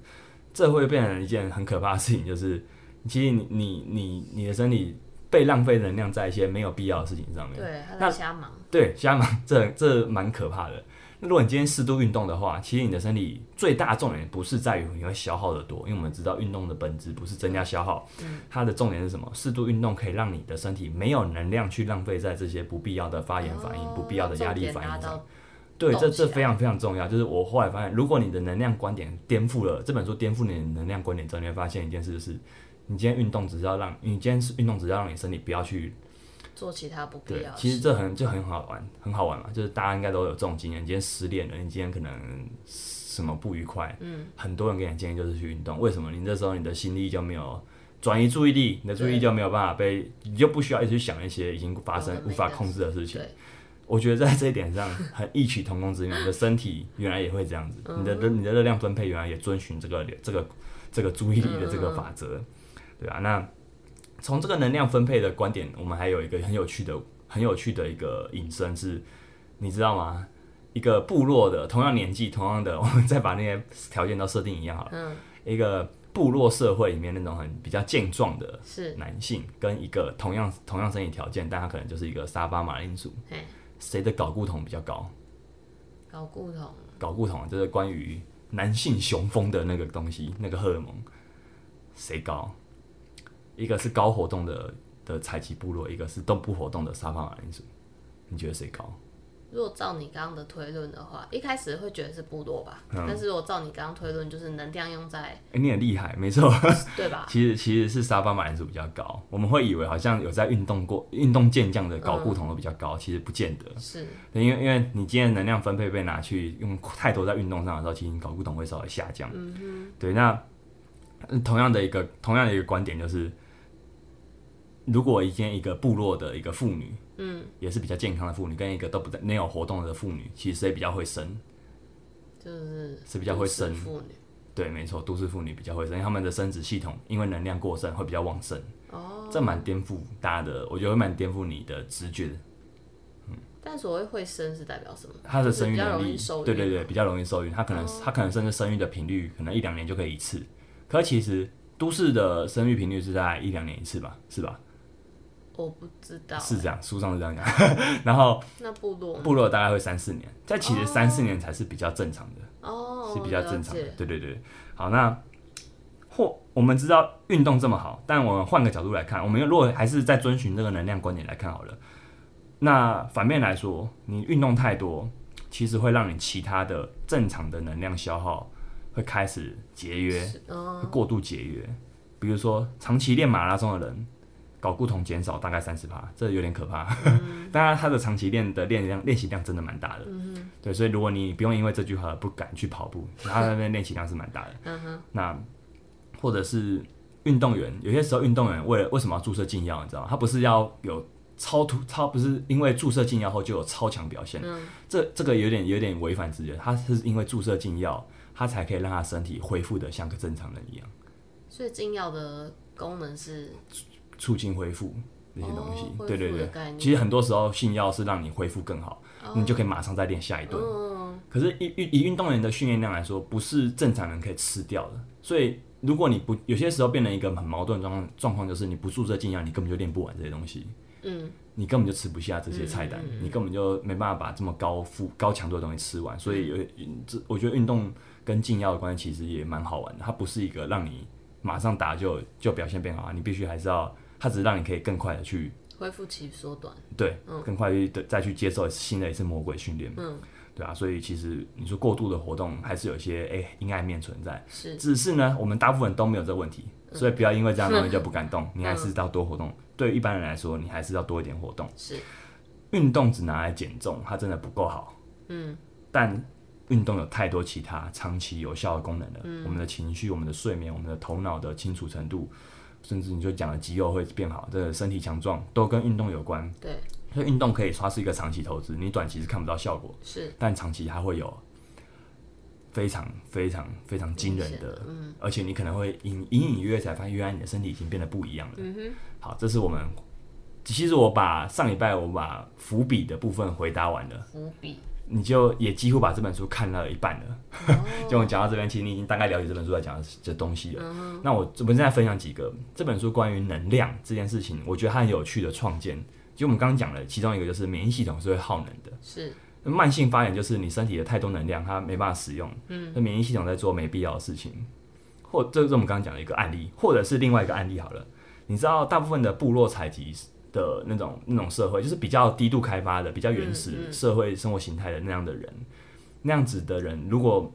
[SPEAKER 1] 这会变成一件很可怕的事情，就是其实你你你你的身体被浪费能量在一些没有必要的事情上面。
[SPEAKER 2] 对，他
[SPEAKER 1] 那
[SPEAKER 2] 在瞎忙，
[SPEAKER 1] 对，瞎忙，这这蛮可怕的。那如果你今天适度运动的话，其实你的身体最大重点不是在于你会消耗的多，因为我们知道运动的本质不是增加消耗，
[SPEAKER 2] 嗯
[SPEAKER 1] 它的重点是什么？适度运动可以让你的身体没有能量去浪费在这些不必要的发炎反应、
[SPEAKER 2] 哦
[SPEAKER 1] 不必要的压力反
[SPEAKER 2] 重点
[SPEAKER 1] 应
[SPEAKER 2] 拉
[SPEAKER 1] 上
[SPEAKER 2] 到。
[SPEAKER 1] 对，这
[SPEAKER 2] 动起
[SPEAKER 1] 这
[SPEAKER 2] 来
[SPEAKER 1] 非常非常重要。就是我后来发现，如果你的能量观点颠覆了这本书颠覆你的能量观点之后，你会发现一件事，就是你今天运动只是要让你今天是运动只是要让你身体不要去
[SPEAKER 2] 做其他不必
[SPEAKER 1] 对
[SPEAKER 2] 要，的
[SPEAKER 1] 其实
[SPEAKER 2] 事
[SPEAKER 1] 这很就很好玩，很好玩嘛，就是大家应该都有这种经验。你今天失恋了，你今天可能什么不愉快，嗯，很多人给你的建议就是去运动。为什么？你这时候你的心力就没有转移注意力，你的注意力就没有办法被，你就不需要一直去想一些已经发生
[SPEAKER 2] 有的
[SPEAKER 1] 无
[SPEAKER 2] 没
[SPEAKER 1] 法
[SPEAKER 2] 的
[SPEAKER 1] 控制的事情。
[SPEAKER 2] 对，
[SPEAKER 1] 我觉得在这一点上很异曲同工之妙，你的身体原来也会这样子，你的你的热量分配原来也遵循这个这个这个注意力的这个法则，对啊，那从这个能量分配的观点，我们还有一个很有趣的、很有趣的一个引申是，你知道吗？一个部落的同样年纪、同样的，我们再把那些条件都设定一样好了。
[SPEAKER 2] 嗯，
[SPEAKER 1] 一个部落社会里面那种很比较健壮的
[SPEAKER 2] 是，
[SPEAKER 1] 男性，跟一个同样同样身体条件，但他可能就是一个沙巴马铃薯，
[SPEAKER 2] 嘿，
[SPEAKER 1] 谁的睾固酮比较高？
[SPEAKER 2] 搞固酮，
[SPEAKER 1] 睾固酮就是关于男性雄风的那个东西，那个荷尔蒙，谁高？一个是高活动的的采集部落，一个是都不活动的沙发马铃薯，你觉得谁高？
[SPEAKER 2] 如果照你刚刚的推论的话，一开始会觉得是部落吧，
[SPEAKER 1] 嗯
[SPEAKER 2] 但是如果照你刚刚推论，就是能量
[SPEAKER 1] [laughs]
[SPEAKER 2] 用在
[SPEAKER 1] 哎、你很厉害，没错。
[SPEAKER 2] 对吧？
[SPEAKER 1] 其实其实是沙巴马铃薯比较高，我们会以为好像有在运动过、运动健将的睾固酮都比较高，其实不见得。
[SPEAKER 2] 是，
[SPEAKER 1] 对，因为因为你今天的能量分配被拿去用太多在运动上的时候，其实你搞不懂会稍微下降。对，那嗯同样的一个同样的一个观点就是，如果一天一个部落的一个妇女，嗯，也是比较健康的妇女，跟一个都不在没有活动的妇女，其实谁比较会生？
[SPEAKER 2] 就是
[SPEAKER 1] 是比较会
[SPEAKER 2] 都市
[SPEAKER 1] 生
[SPEAKER 2] 妇女
[SPEAKER 1] 对，没错，都市妇女比较会生，因为她们的生殖系统因为能量过剩会比较旺盛。
[SPEAKER 2] 哦。
[SPEAKER 1] 这蛮颠覆大家的，我觉得会蛮颠覆你的直觉的
[SPEAKER 2] 但所谓会生是代表什么？
[SPEAKER 1] 他的
[SPEAKER 2] 就是
[SPEAKER 1] 生育
[SPEAKER 2] 比较
[SPEAKER 1] 能
[SPEAKER 2] 容易
[SPEAKER 1] 力
[SPEAKER 2] 受，孕哦
[SPEAKER 1] 对对对，比较容易受孕。他可能、他可能甚至生育的频率可能一两年就可以一次，可其实都市的生育频率是在一两年一次吧，是吧？
[SPEAKER 2] 我不知道。
[SPEAKER 1] 是这样，书上是这样讲。 [laughs] 然后
[SPEAKER 2] 那部落
[SPEAKER 1] 部落大概会三四年，但其实
[SPEAKER 2] 哦
[SPEAKER 1] 三四年才是比较正常的，
[SPEAKER 2] 哦，
[SPEAKER 1] 是比较正常的
[SPEAKER 2] 了。解
[SPEAKER 1] 对对对，好，那或我们知道运动这么好，但我们换个角度来看，我们如果还是在遵循这个能量观点来看好了，那反面来说，你运动太多，其实会让你其他的正常的能量消耗会开始节约，
[SPEAKER 2] 是嗯
[SPEAKER 1] 会过度节约。比如说，长期练马拉松的人，睾固酮减少大概三十趴，这有点可怕。 [laughs] 当然，他的长期练的练量练习量真的蛮大的。对，所以如果你不用因为这句话而不敢去跑步，他那边练习量是蛮大的。
[SPEAKER 2] 嗯哼，
[SPEAKER 1] 那或者是运动员，有些时候运动员为了为什么要注射禁药，你知道吗？他不是要有超突超，不是因为注射禁药后就有超强表现，这这个有点有点违反直觉。他是因为注射禁药，他才可以让他身体恢复的像个正常人一样，
[SPEAKER 2] 所以禁药的功能是
[SPEAKER 1] 促进恢复那些东西。
[SPEAKER 2] 哦恢复
[SPEAKER 1] 对对
[SPEAKER 2] 的
[SPEAKER 1] 对，
[SPEAKER 2] 概念
[SPEAKER 1] 其实很多时候性药是让你恢复更好，你就可以马上再练下一顿。
[SPEAKER 2] 嗯，
[SPEAKER 1] 可是以，以以运动员的训练量来说，不是正常人可以吃掉的。所以，如果你不有些时候变成一个很矛盾的状况，状况就是你不注射禁药，你根本就练不完这些东西，
[SPEAKER 2] 嗯，
[SPEAKER 1] 你根本就吃不下这些菜单，你根本就没办法把这么高负高强度的东西吃完。所以有，这我觉得运动跟禁药的关系其实也蛮好玩的，它不是一个让你马上打就就表现变好啊，你必须还是要，它只是让你可以更快的去
[SPEAKER 2] 恢复期缩短。
[SPEAKER 1] 对，更快去对再去接受新的一次魔鬼训练，
[SPEAKER 2] 嗯，
[SPEAKER 1] 对啊，所以其实你说过度的活动还是有一些哎、阴暗面存在，
[SPEAKER 2] 是
[SPEAKER 1] 只是呢，我们大部分都没有这问题，所以不要因为这样东西就不敢动，你还是要多活动。对于一般人来说，你还是要多一点活动。
[SPEAKER 2] 是，
[SPEAKER 1] 运动只拿来减重，它真的不够好。
[SPEAKER 2] 嗯，
[SPEAKER 1] 但运动有太多其他长期有效的功能了，我们的情绪、我们的睡眠、我们的头脑的清楚程度，甚至你就讲的肌肉会变好，这个身体强壮都跟运动有关。
[SPEAKER 2] 对，
[SPEAKER 1] 所以运动可以说它是一个长期投资，你短期是看不到效果，
[SPEAKER 2] 是
[SPEAKER 1] 但长期它会有非常非常非常惊人
[SPEAKER 2] 明显
[SPEAKER 1] 的，
[SPEAKER 2] 嗯
[SPEAKER 1] 而且你可能会隐隐隐约约才发现，原来你的身体已经变得不一样了。
[SPEAKER 2] 嗯哼，
[SPEAKER 1] 好，这是我们。其实我把上礼拜我把伏笔的部分回答完了，
[SPEAKER 2] 伏笔，
[SPEAKER 1] 你就也几乎把这本书看了一半了。
[SPEAKER 2] 哦
[SPEAKER 1] [laughs] 就我讲到这边，其实你已经大概了解这本书在讲的东西了。那我我们现在分享几个这本书关于能量这件事情，我觉得它很有趣的创建。就我们刚刚讲了，其中一个就是免疫系统是会耗能的，
[SPEAKER 2] 是
[SPEAKER 1] 那慢性发炎就是你身体的太多能量它没办法使用，嗯，那免疫系统在做没必要的事情，或这是我们刚刚讲的一个案例，或者是另外一个案例好了。你知道大部分的部落采集的那种那种社会，就是比较低度开发的、比较原始社会生活形态的那样的人，那样子的人如果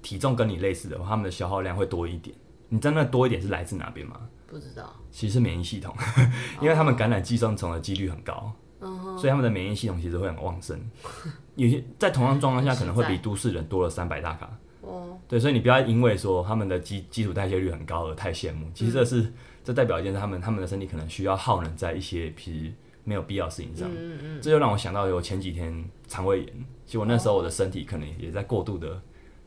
[SPEAKER 1] 体重跟你类似的话，他们的消耗量会多一点。你知道那多一点是来自哪边吗？
[SPEAKER 2] 不知道，
[SPEAKER 1] 其实是免疫系统， [laughs] 因为他们感染寄生虫的几率很高，
[SPEAKER 2] 嗯
[SPEAKER 1] 所以他们的免疫系统其实会很旺盛。有些在同样状况下，可能会比都市人多了三百大卡。
[SPEAKER 2] 哦，
[SPEAKER 1] 对，所以你不要因为说他们的基基础代谢率很高而太羡慕，其实这是、这代表一件事，他们他们的身体可能需要耗能在一些其实没有必要的事情上。
[SPEAKER 2] 嗯嗯
[SPEAKER 1] 这就让我想到有前几天肠胃炎，其实我那时候我的身体可能也在过度的，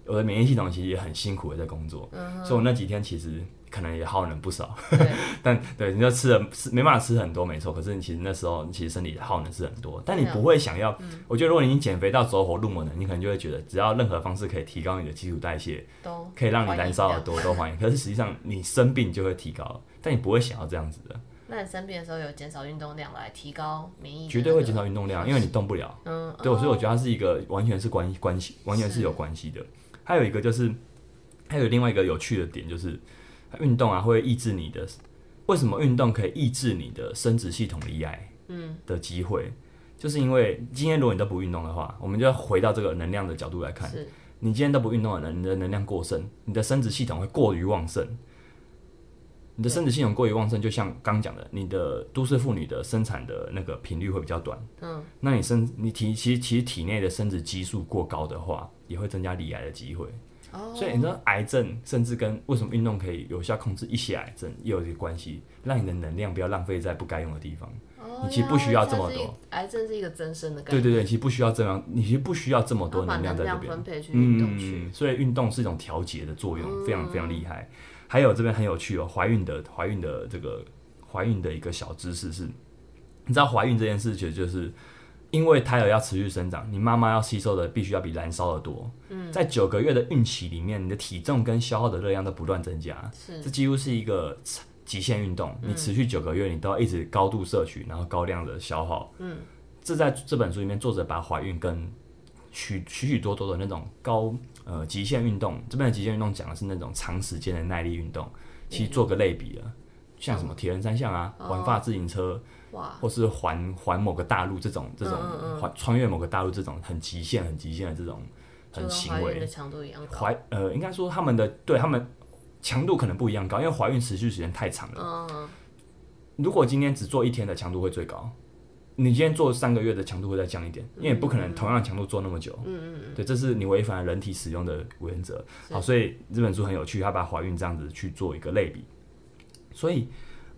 [SPEAKER 1] 我的免疫系统其实也很辛苦的在工作，所以我那几天其实可能也耗能不少。
[SPEAKER 2] 嗯，对，
[SPEAKER 1] [laughs] 但对，你就吃了吃没办法吃很多，没错。可是你其实那时候其实身体耗能是很多，但你
[SPEAKER 2] 啊
[SPEAKER 1] 不会想要。
[SPEAKER 2] 嗯
[SPEAKER 1] 我觉得如果你已经减肥到走火入魔了，你可能就会觉得，只要任何方式可以提高你的基础代谢，
[SPEAKER 2] 都
[SPEAKER 1] 可以让你燃烧
[SPEAKER 2] 还
[SPEAKER 1] 的
[SPEAKER 2] 你
[SPEAKER 1] 多都还
[SPEAKER 2] [laughs]
[SPEAKER 1] 原。可是实际上你生病就会提高，但你不会想要这样子的，
[SPEAKER 2] 那你生病的时候有减少运动量来提高免疫？
[SPEAKER 1] 绝对会减。少运动量，因为你动不了。
[SPEAKER 2] 嗯，
[SPEAKER 1] 对，所以
[SPEAKER 2] 哦
[SPEAKER 1] 我觉得它是一个完全是关关系，完全是有关系的。还有一个就是，还有另外一个有趣的点就是，运动啊会抑制你的，为什么运动可以抑制你的生殖系统的癌？
[SPEAKER 2] 嗯，
[SPEAKER 1] 的机会，就是因为今天如果你都不运动的话，我们就要回到这个能量的角度来看，
[SPEAKER 2] 是
[SPEAKER 1] 你今天都不运动的人，你的能量过剩，你的生殖系统会过于旺盛。你的生殖系统过于旺盛，就像刚讲的，你的都市妇女的生产的那个频率会比较短。
[SPEAKER 2] 嗯，
[SPEAKER 1] 那你生你体其实其实体内的生殖激素过高的话，也会增加罹癌的机会。
[SPEAKER 2] 哦，
[SPEAKER 1] 所以你知道癌症甚至跟为什么运动可以有效控制一些癌症也有一个关系，让你的能量不要浪费在不该用的地方。
[SPEAKER 2] 哦
[SPEAKER 1] 你其实不需要这么多。
[SPEAKER 2] 原来它是一癌症是一个增生的概
[SPEAKER 1] 对
[SPEAKER 2] 念，
[SPEAKER 1] 对对，其实不需要这样，你其实不需要这么
[SPEAKER 2] 它
[SPEAKER 1] 多
[SPEAKER 2] 把
[SPEAKER 1] 能量在这边。
[SPEAKER 2] 分配去运动去。嗯
[SPEAKER 1] 嗯，所以运动是一种调节的作用，非常非常厉害。还有这边很有趣哦，怀孕的怀孕的这个怀孕的一个小知识是，你知道怀孕这件事情就是。因为胎儿要持续生长，你妈妈要吸收的必须要比燃烧的多。嗯，在九个月的孕期里面，你的体重跟消耗的热量都不断增加，
[SPEAKER 2] 是
[SPEAKER 1] 这几乎是一个极限运动。
[SPEAKER 2] 嗯
[SPEAKER 1] 你持续九个月，你都要一直高度摄取，然后高量的消耗。
[SPEAKER 2] 嗯，
[SPEAKER 1] 这在这本书里面，作者把怀孕跟许许许多多的那种高呃极限运动，这边的极限运动讲的是那种长时间的耐力运动，其实做个类比啊，像什么铁人三项啊、
[SPEAKER 2] 嗯哦
[SPEAKER 1] 环法自行车，
[SPEAKER 2] 哇，
[SPEAKER 1] 或是环环某个大陆这种这种
[SPEAKER 2] 嗯嗯嗯
[SPEAKER 1] 环穿越某个大陆这种很极限很极限的这种
[SPEAKER 2] 就
[SPEAKER 1] 很
[SPEAKER 2] 跟
[SPEAKER 1] 行
[SPEAKER 2] 怀
[SPEAKER 1] 为
[SPEAKER 2] 孕的，强度一样高。
[SPEAKER 1] 怀呃，应该说他们的对他们强度可能不一样高，因为怀孕持续时间太长了。
[SPEAKER 2] 嗯，
[SPEAKER 1] 如果今天只做一天的强度会最高，你今天做三个月的强度会再降一点，因为你不可能同样的强度做那么久。嗯嗯对，这是你违反了人体使用的原则。
[SPEAKER 2] 是
[SPEAKER 1] 好，所以这本书很有趣，它把怀孕这样子去做一个类比。所以，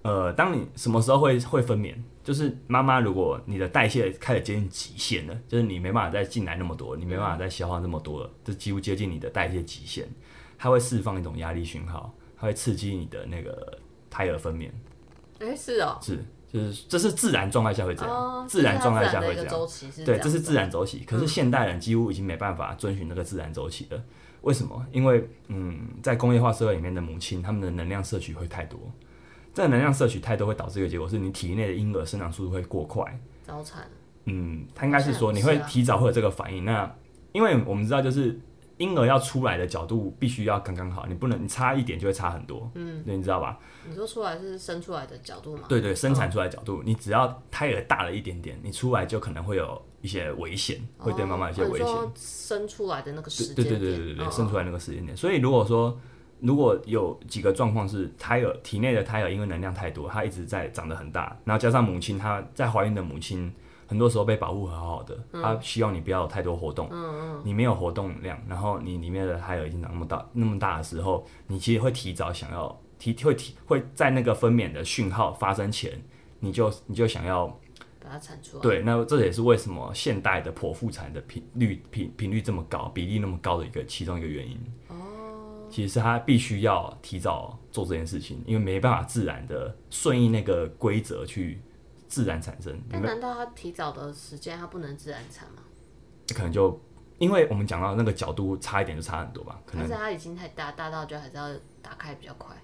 [SPEAKER 1] 呃，当你什么时候会会分娩？就是妈妈，如果你的代谢开始接近极限了，就是你没办法再进来那么多，你没办法再消耗那么多了，这几乎接近你的代谢极限，它会释放一种压力讯号，它会刺激你的那个胎儿分娩。
[SPEAKER 2] 哎，是哦，
[SPEAKER 1] 是，就是这是自然状态下会这样，
[SPEAKER 2] 哦，
[SPEAKER 1] 自然状态下
[SPEAKER 2] 这
[SPEAKER 1] 会
[SPEAKER 2] 是它自然
[SPEAKER 1] 这
[SPEAKER 2] 的一个
[SPEAKER 1] 样。
[SPEAKER 2] 周期是
[SPEAKER 1] 对，
[SPEAKER 2] 样嗯
[SPEAKER 1] 这是自然周期。可是现代人几乎已经没办法遵循那个自然周期了。为什么？因为嗯，在工业化社会里面的母亲，她们的能量摄取会太多。这个能量摄取太多会导致一个结果是你体内的婴儿生长速度会过快。
[SPEAKER 2] 早产，
[SPEAKER 1] 嗯，它应该是说
[SPEAKER 2] 好像
[SPEAKER 1] 你
[SPEAKER 2] 也是
[SPEAKER 1] 会
[SPEAKER 2] 啊
[SPEAKER 1] 提早会有这个反应。那因为我们知道，就是婴儿要出来的角度必须要刚刚好，你不能你差一点就会差很多，嗯，你知道吧？
[SPEAKER 2] 你说出来是生出来的角度嗯吗？
[SPEAKER 1] 对对，生产出来的角度，你只要胎儿大了一点点，你出来就可能会有一些危险，会对妈妈有一些
[SPEAKER 2] 哦
[SPEAKER 1] 危险。
[SPEAKER 2] 你说生出来的那个时间
[SPEAKER 1] 对
[SPEAKER 2] 点，
[SPEAKER 1] 对对对对对，
[SPEAKER 2] 嗯
[SPEAKER 1] 生出来那个时间点。所以如果说如果有几个状况是胎儿体内的胎儿因为能量太多，它一直在长得很大，然后加上母亲她在怀孕的母亲。很多时候被保护很好的，
[SPEAKER 2] 嗯
[SPEAKER 1] 她希望你不要有太多活动。嗯嗯，你没有活动量，然后你里面的胎儿已经长那么大那么大的时候，你其实会提早想要提会提会在那个分娩的讯号发生前，你就你就想要
[SPEAKER 2] 把它产出来。
[SPEAKER 1] 对，啊那这也是为什么现代的剖腹产的频率频频率这么高，比例那么高的一个其中一个原因。哦，其实是他必须要提早做这件事情，因为没办法自然的顺应那个规则去自然产生，
[SPEAKER 2] 但难道他提早的时间他不能自然产吗？
[SPEAKER 1] 可能就因为我们讲到那个角度差一点就差很多吧，可
[SPEAKER 2] 还
[SPEAKER 1] 能
[SPEAKER 2] 是他已经太大，大到就还是要打开比较快？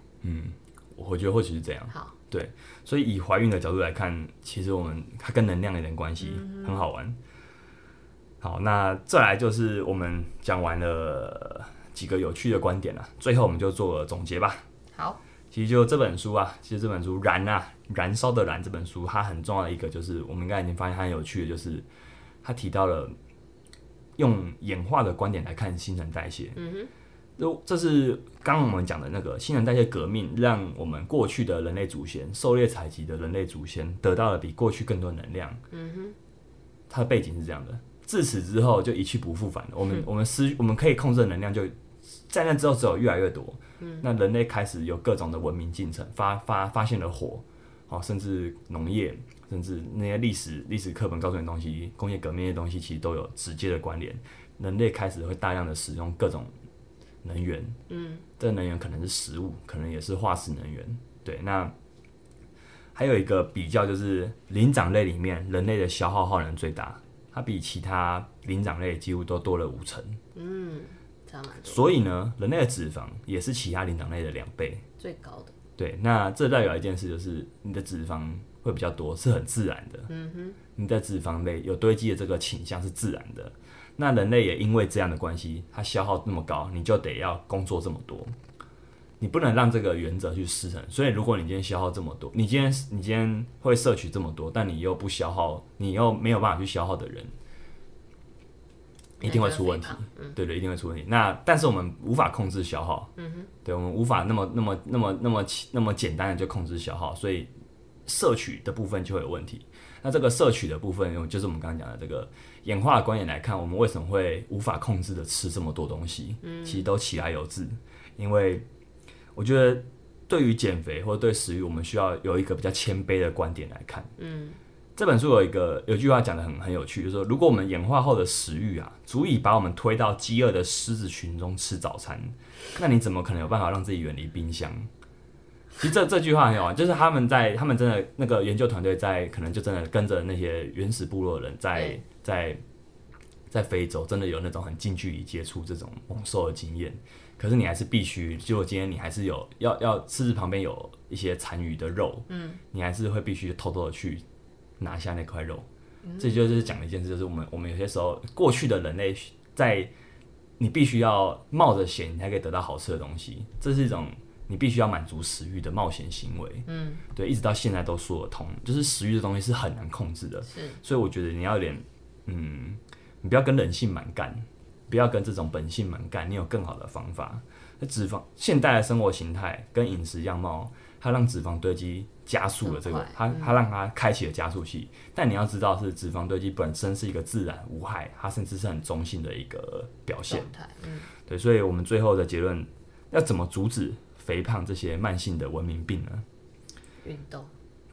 [SPEAKER 1] 我觉得或许是这样。
[SPEAKER 2] 好，
[SPEAKER 1] 对，所以以怀孕的角度来看，其实我们它跟能量有点关系，很好玩。好，那再来就是我们讲完了几个有趣的观点了、啊最后我们就做个总结吧。
[SPEAKER 2] 好，
[SPEAKER 1] 其实就这本书啊，其实这本书《燃》啊，《燃烧的燃》这本书，它很重要的一个就是，我们刚才已经发现它很有趣的，就是它提到了用演化的观点来看新陈代谢。嗯哼，这是刚刚我们讲的那个新陈代谢革命，让我们过去的人类祖先狩猎采集的人类祖先得到了比过去更多能量。嗯哼，它的背景是这样的。自此之后就一去不复返了。我们、我们失我们可以控制的能量就在那之后只有越来越多。那人类开始有各种的文明进程，发发发现了火，哦，甚至农业，甚至那些历史历史课本告诉你的东西，工业革命的东西，其实都有直接的关联。人类开始会大量的使用各种能源，嗯，这能源可能是食物，可能也是化石能源。对，那还有一个比较就是灵长类里面人类的消耗耗能最大，它比其他灵长类几乎都多了五成。
[SPEAKER 2] 差蛮多，
[SPEAKER 1] 所以呢，人类的脂肪也是其他灵长类的两倍。
[SPEAKER 2] 最高的。
[SPEAKER 1] 对，那这代表一件事，就是你的脂肪会比较多，是很自然的。嗯哼，你的脂肪类有堆积的这个倾向是自然的。那人类也因为这样的关系，它消耗那么高，你就得要工作这么多，你不能让这个原则去失衡。所以，如果你今天消耗这么多，你今天你今天会摄取这么多，但你又不消耗，你又没有办法去消耗的人，一定会出问题
[SPEAKER 2] 那就。
[SPEAKER 1] 对对，一定会出问题。那但是我们无法控制消耗，嗯哼，对我们无法那么那么那么那么那么简单的就控制消耗，所以摄取的部分就会有问题。那这个摄取的部分，就是我们刚刚讲的这个演化的观点来看，我们为什么会无法控制的吃这么多东西？嗯，其实都起来有自，因为我觉得对于减肥或者对食欲，我们需要有一个比较谦卑的观点来看。嗯，这本书有一个有一句话讲的很很有趣，就是说，如果我们演化后的食欲啊，足以把我们推到饥饿的狮子群中吃早餐，那你怎么可能有办法让自己远离冰箱？其实这这句话很好玩，就是他们在他们真的那个研究团队在可能就真的跟着那些原始部落人在
[SPEAKER 2] 对
[SPEAKER 1] 在在非洲真的有那种很近距离接触这种猛兽的经验，可是你还是必须，如果今天你还是有要要狮子旁边有一些残余的肉，嗯，你还是会必须偷偷的去拿下那块肉。这就是讲的一件事，就是我们我们有些时候过去的人类在你必须要冒着险，你才可以得到好吃的东西，这是一种你必须要满足食欲的冒险行为。嗯，对，一直到现在都说得通，就是食欲这东西是很难控制的。
[SPEAKER 2] 是，
[SPEAKER 1] 所以我觉得你要有点，嗯，你不要跟人性蛮干，不要跟这种本性蛮干，你有更好的方法。那脂肪，现代的生活形态跟饮食样貌，它让脂肪堆积加速了这
[SPEAKER 2] 很
[SPEAKER 1] 个
[SPEAKER 2] 快，嗯
[SPEAKER 1] 它它让它开启了加速器。但你要知道，是脂肪堆积本身是一个自然无害，它甚至是很中性的一个表现。
[SPEAKER 2] 状态，嗯，
[SPEAKER 1] 对，所以我们最后的结论，要怎么阻止肥胖这些慢性的文明病呢？
[SPEAKER 2] 运动，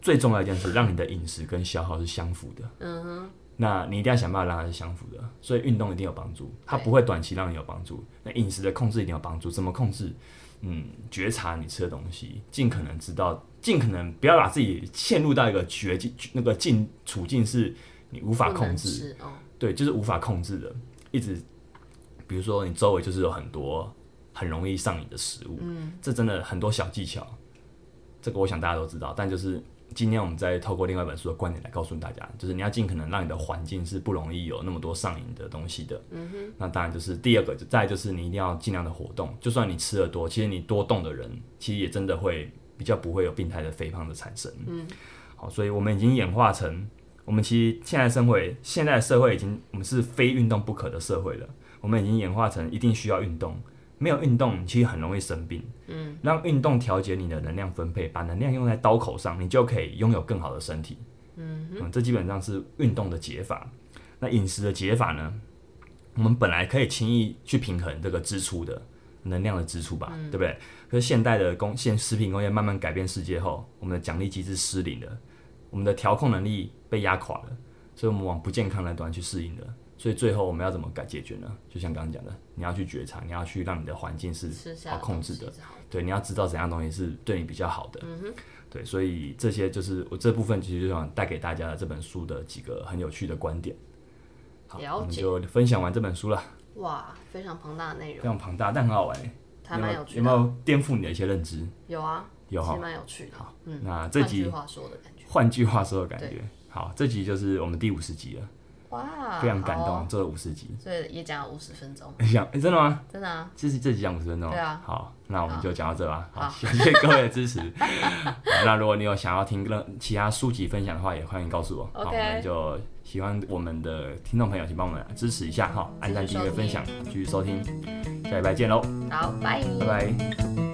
[SPEAKER 1] 最重要一件事，让你的饮食跟消耗是相符的。嗯哼，那你一定要想办法让它是相符的，所以运动一定有帮助，它
[SPEAKER 2] 对
[SPEAKER 1] 不会短期让你有帮助。那饮食的控制一定有帮助，怎么控制？嗯，觉察你吃的东西，尽可能知道，尽可能不要把自己陷入到一个绝境那个境处境是你无
[SPEAKER 2] 无
[SPEAKER 1] 法控制。
[SPEAKER 2] 制哦，
[SPEAKER 1] 对，就是无法控制的，一直，比如说你周围就是有很多很容易上瘾的食物，嗯，这真的很多小技巧，这个我想大家都知道，但就是今天我们再透过另外一本书的观点来告诉大家，就是你要尽可能让你的环境是不容易有那么多上瘾的东西的。嗯哼。那当然就是第二个，就再来就是你一定要尽量的活动，就算你吃的多，其实你多动的人，其实也真的会比较不会有病态的肥胖的产生。嗯。好，所以我们已经演化成，我们其实现在社会，现在的社会已经我们是非运动不可的社会了，我们已经演化成一定需要运动。没有运动，你其实很容易生病。嗯，让运动调节你的能量分配，把能量用在刀口上，你就可以拥有更好的身体。嗯嗯，这基本上是运动的解法。那饮食的解法呢？我们本来可以轻易去平衡这个支出的能量的支出吧，对不对？可是现代的工现食品工业慢慢改变世界后，我们的奖励机制失灵了，我们的调控能力被压垮了，所以我们往不健康的端去适应了。所以最后我们要怎么改解决呢？就像刚刚讲的，你要去觉察，你要去让你的环境是
[SPEAKER 2] 吃下
[SPEAKER 1] 好控制
[SPEAKER 2] 东
[SPEAKER 1] 的
[SPEAKER 2] 西，是好
[SPEAKER 1] 对，你要知道怎样东西是对你比较好的。对，所以这些就是我这部分其实就想带给大家的这本书的几个很有趣的观点。好，嗯
[SPEAKER 2] 了
[SPEAKER 1] 我们
[SPEAKER 2] 解
[SPEAKER 1] 就分享完这本书了，
[SPEAKER 2] 哇，非常庞大的内
[SPEAKER 1] 非常
[SPEAKER 2] 容，
[SPEAKER 1] 庞大，但很好玩欸。
[SPEAKER 2] 还蛮有
[SPEAKER 1] 有
[SPEAKER 2] 趣
[SPEAKER 1] 没
[SPEAKER 2] 的。
[SPEAKER 1] 有颠覆你的一些认知？
[SPEAKER 2] 有啊，
[SPEAKER 1] 有
[SPEAKER 2] 其
[SPEAKER 1] 哈
[SPEAKER 2] 实蛮有趣的。嗯，
[SPEAKER 1] 那这
[SPEAKER 2] 换句
[SPEAKER 1] 集
[SPEAKER 2] 话说的感觉，
[SPEAKER 1] 换句话说的感觉，好，这集就是我们第五十集了，
[SPEAKER 2] 哇，
[SPEAKER 1] 非常感
[SPEAKER 2] 好哦。
[SPEAKER 1] 动，这五十集。
[SPEAKER 2] 所以也讲了五十分钟，
[SPEAKER 1] 想、欸，真的吗？
[SPEAKER 2] 真的啊，
[SPEAKER 1] 这是这集讲五十分钟，
[SPEAKER 2] 对啊
[SPEAKER 1] 哦好，那我们
[SPEAKER 2] 好
[SPEAKER 1] 就讲到这吧。好，谢
[SPEAKER 2] 好
[SPEAKER 1] 谢各位的支持。 [laughs] 好那如果你有想要听任其他书籍分享的话，也欢迎告诉我。好，我
[SPEAKER 2] OK
[SPEAKER 1] 们就喜欢我们的听众朋友，请帮我们支持一下哈，按赞、
[SPEAKER 2] 继
[SPEAKER 1] 订
[SPEAKER 2] 续收
[SPEAKER 1] 阅、
[SPEAKER 2] 听
[SPEAKER 1] 分享，继续收听，下礼拜见喽，
[SPEAKER 2] 好，拜
[SPEAKER 1] 拜拜。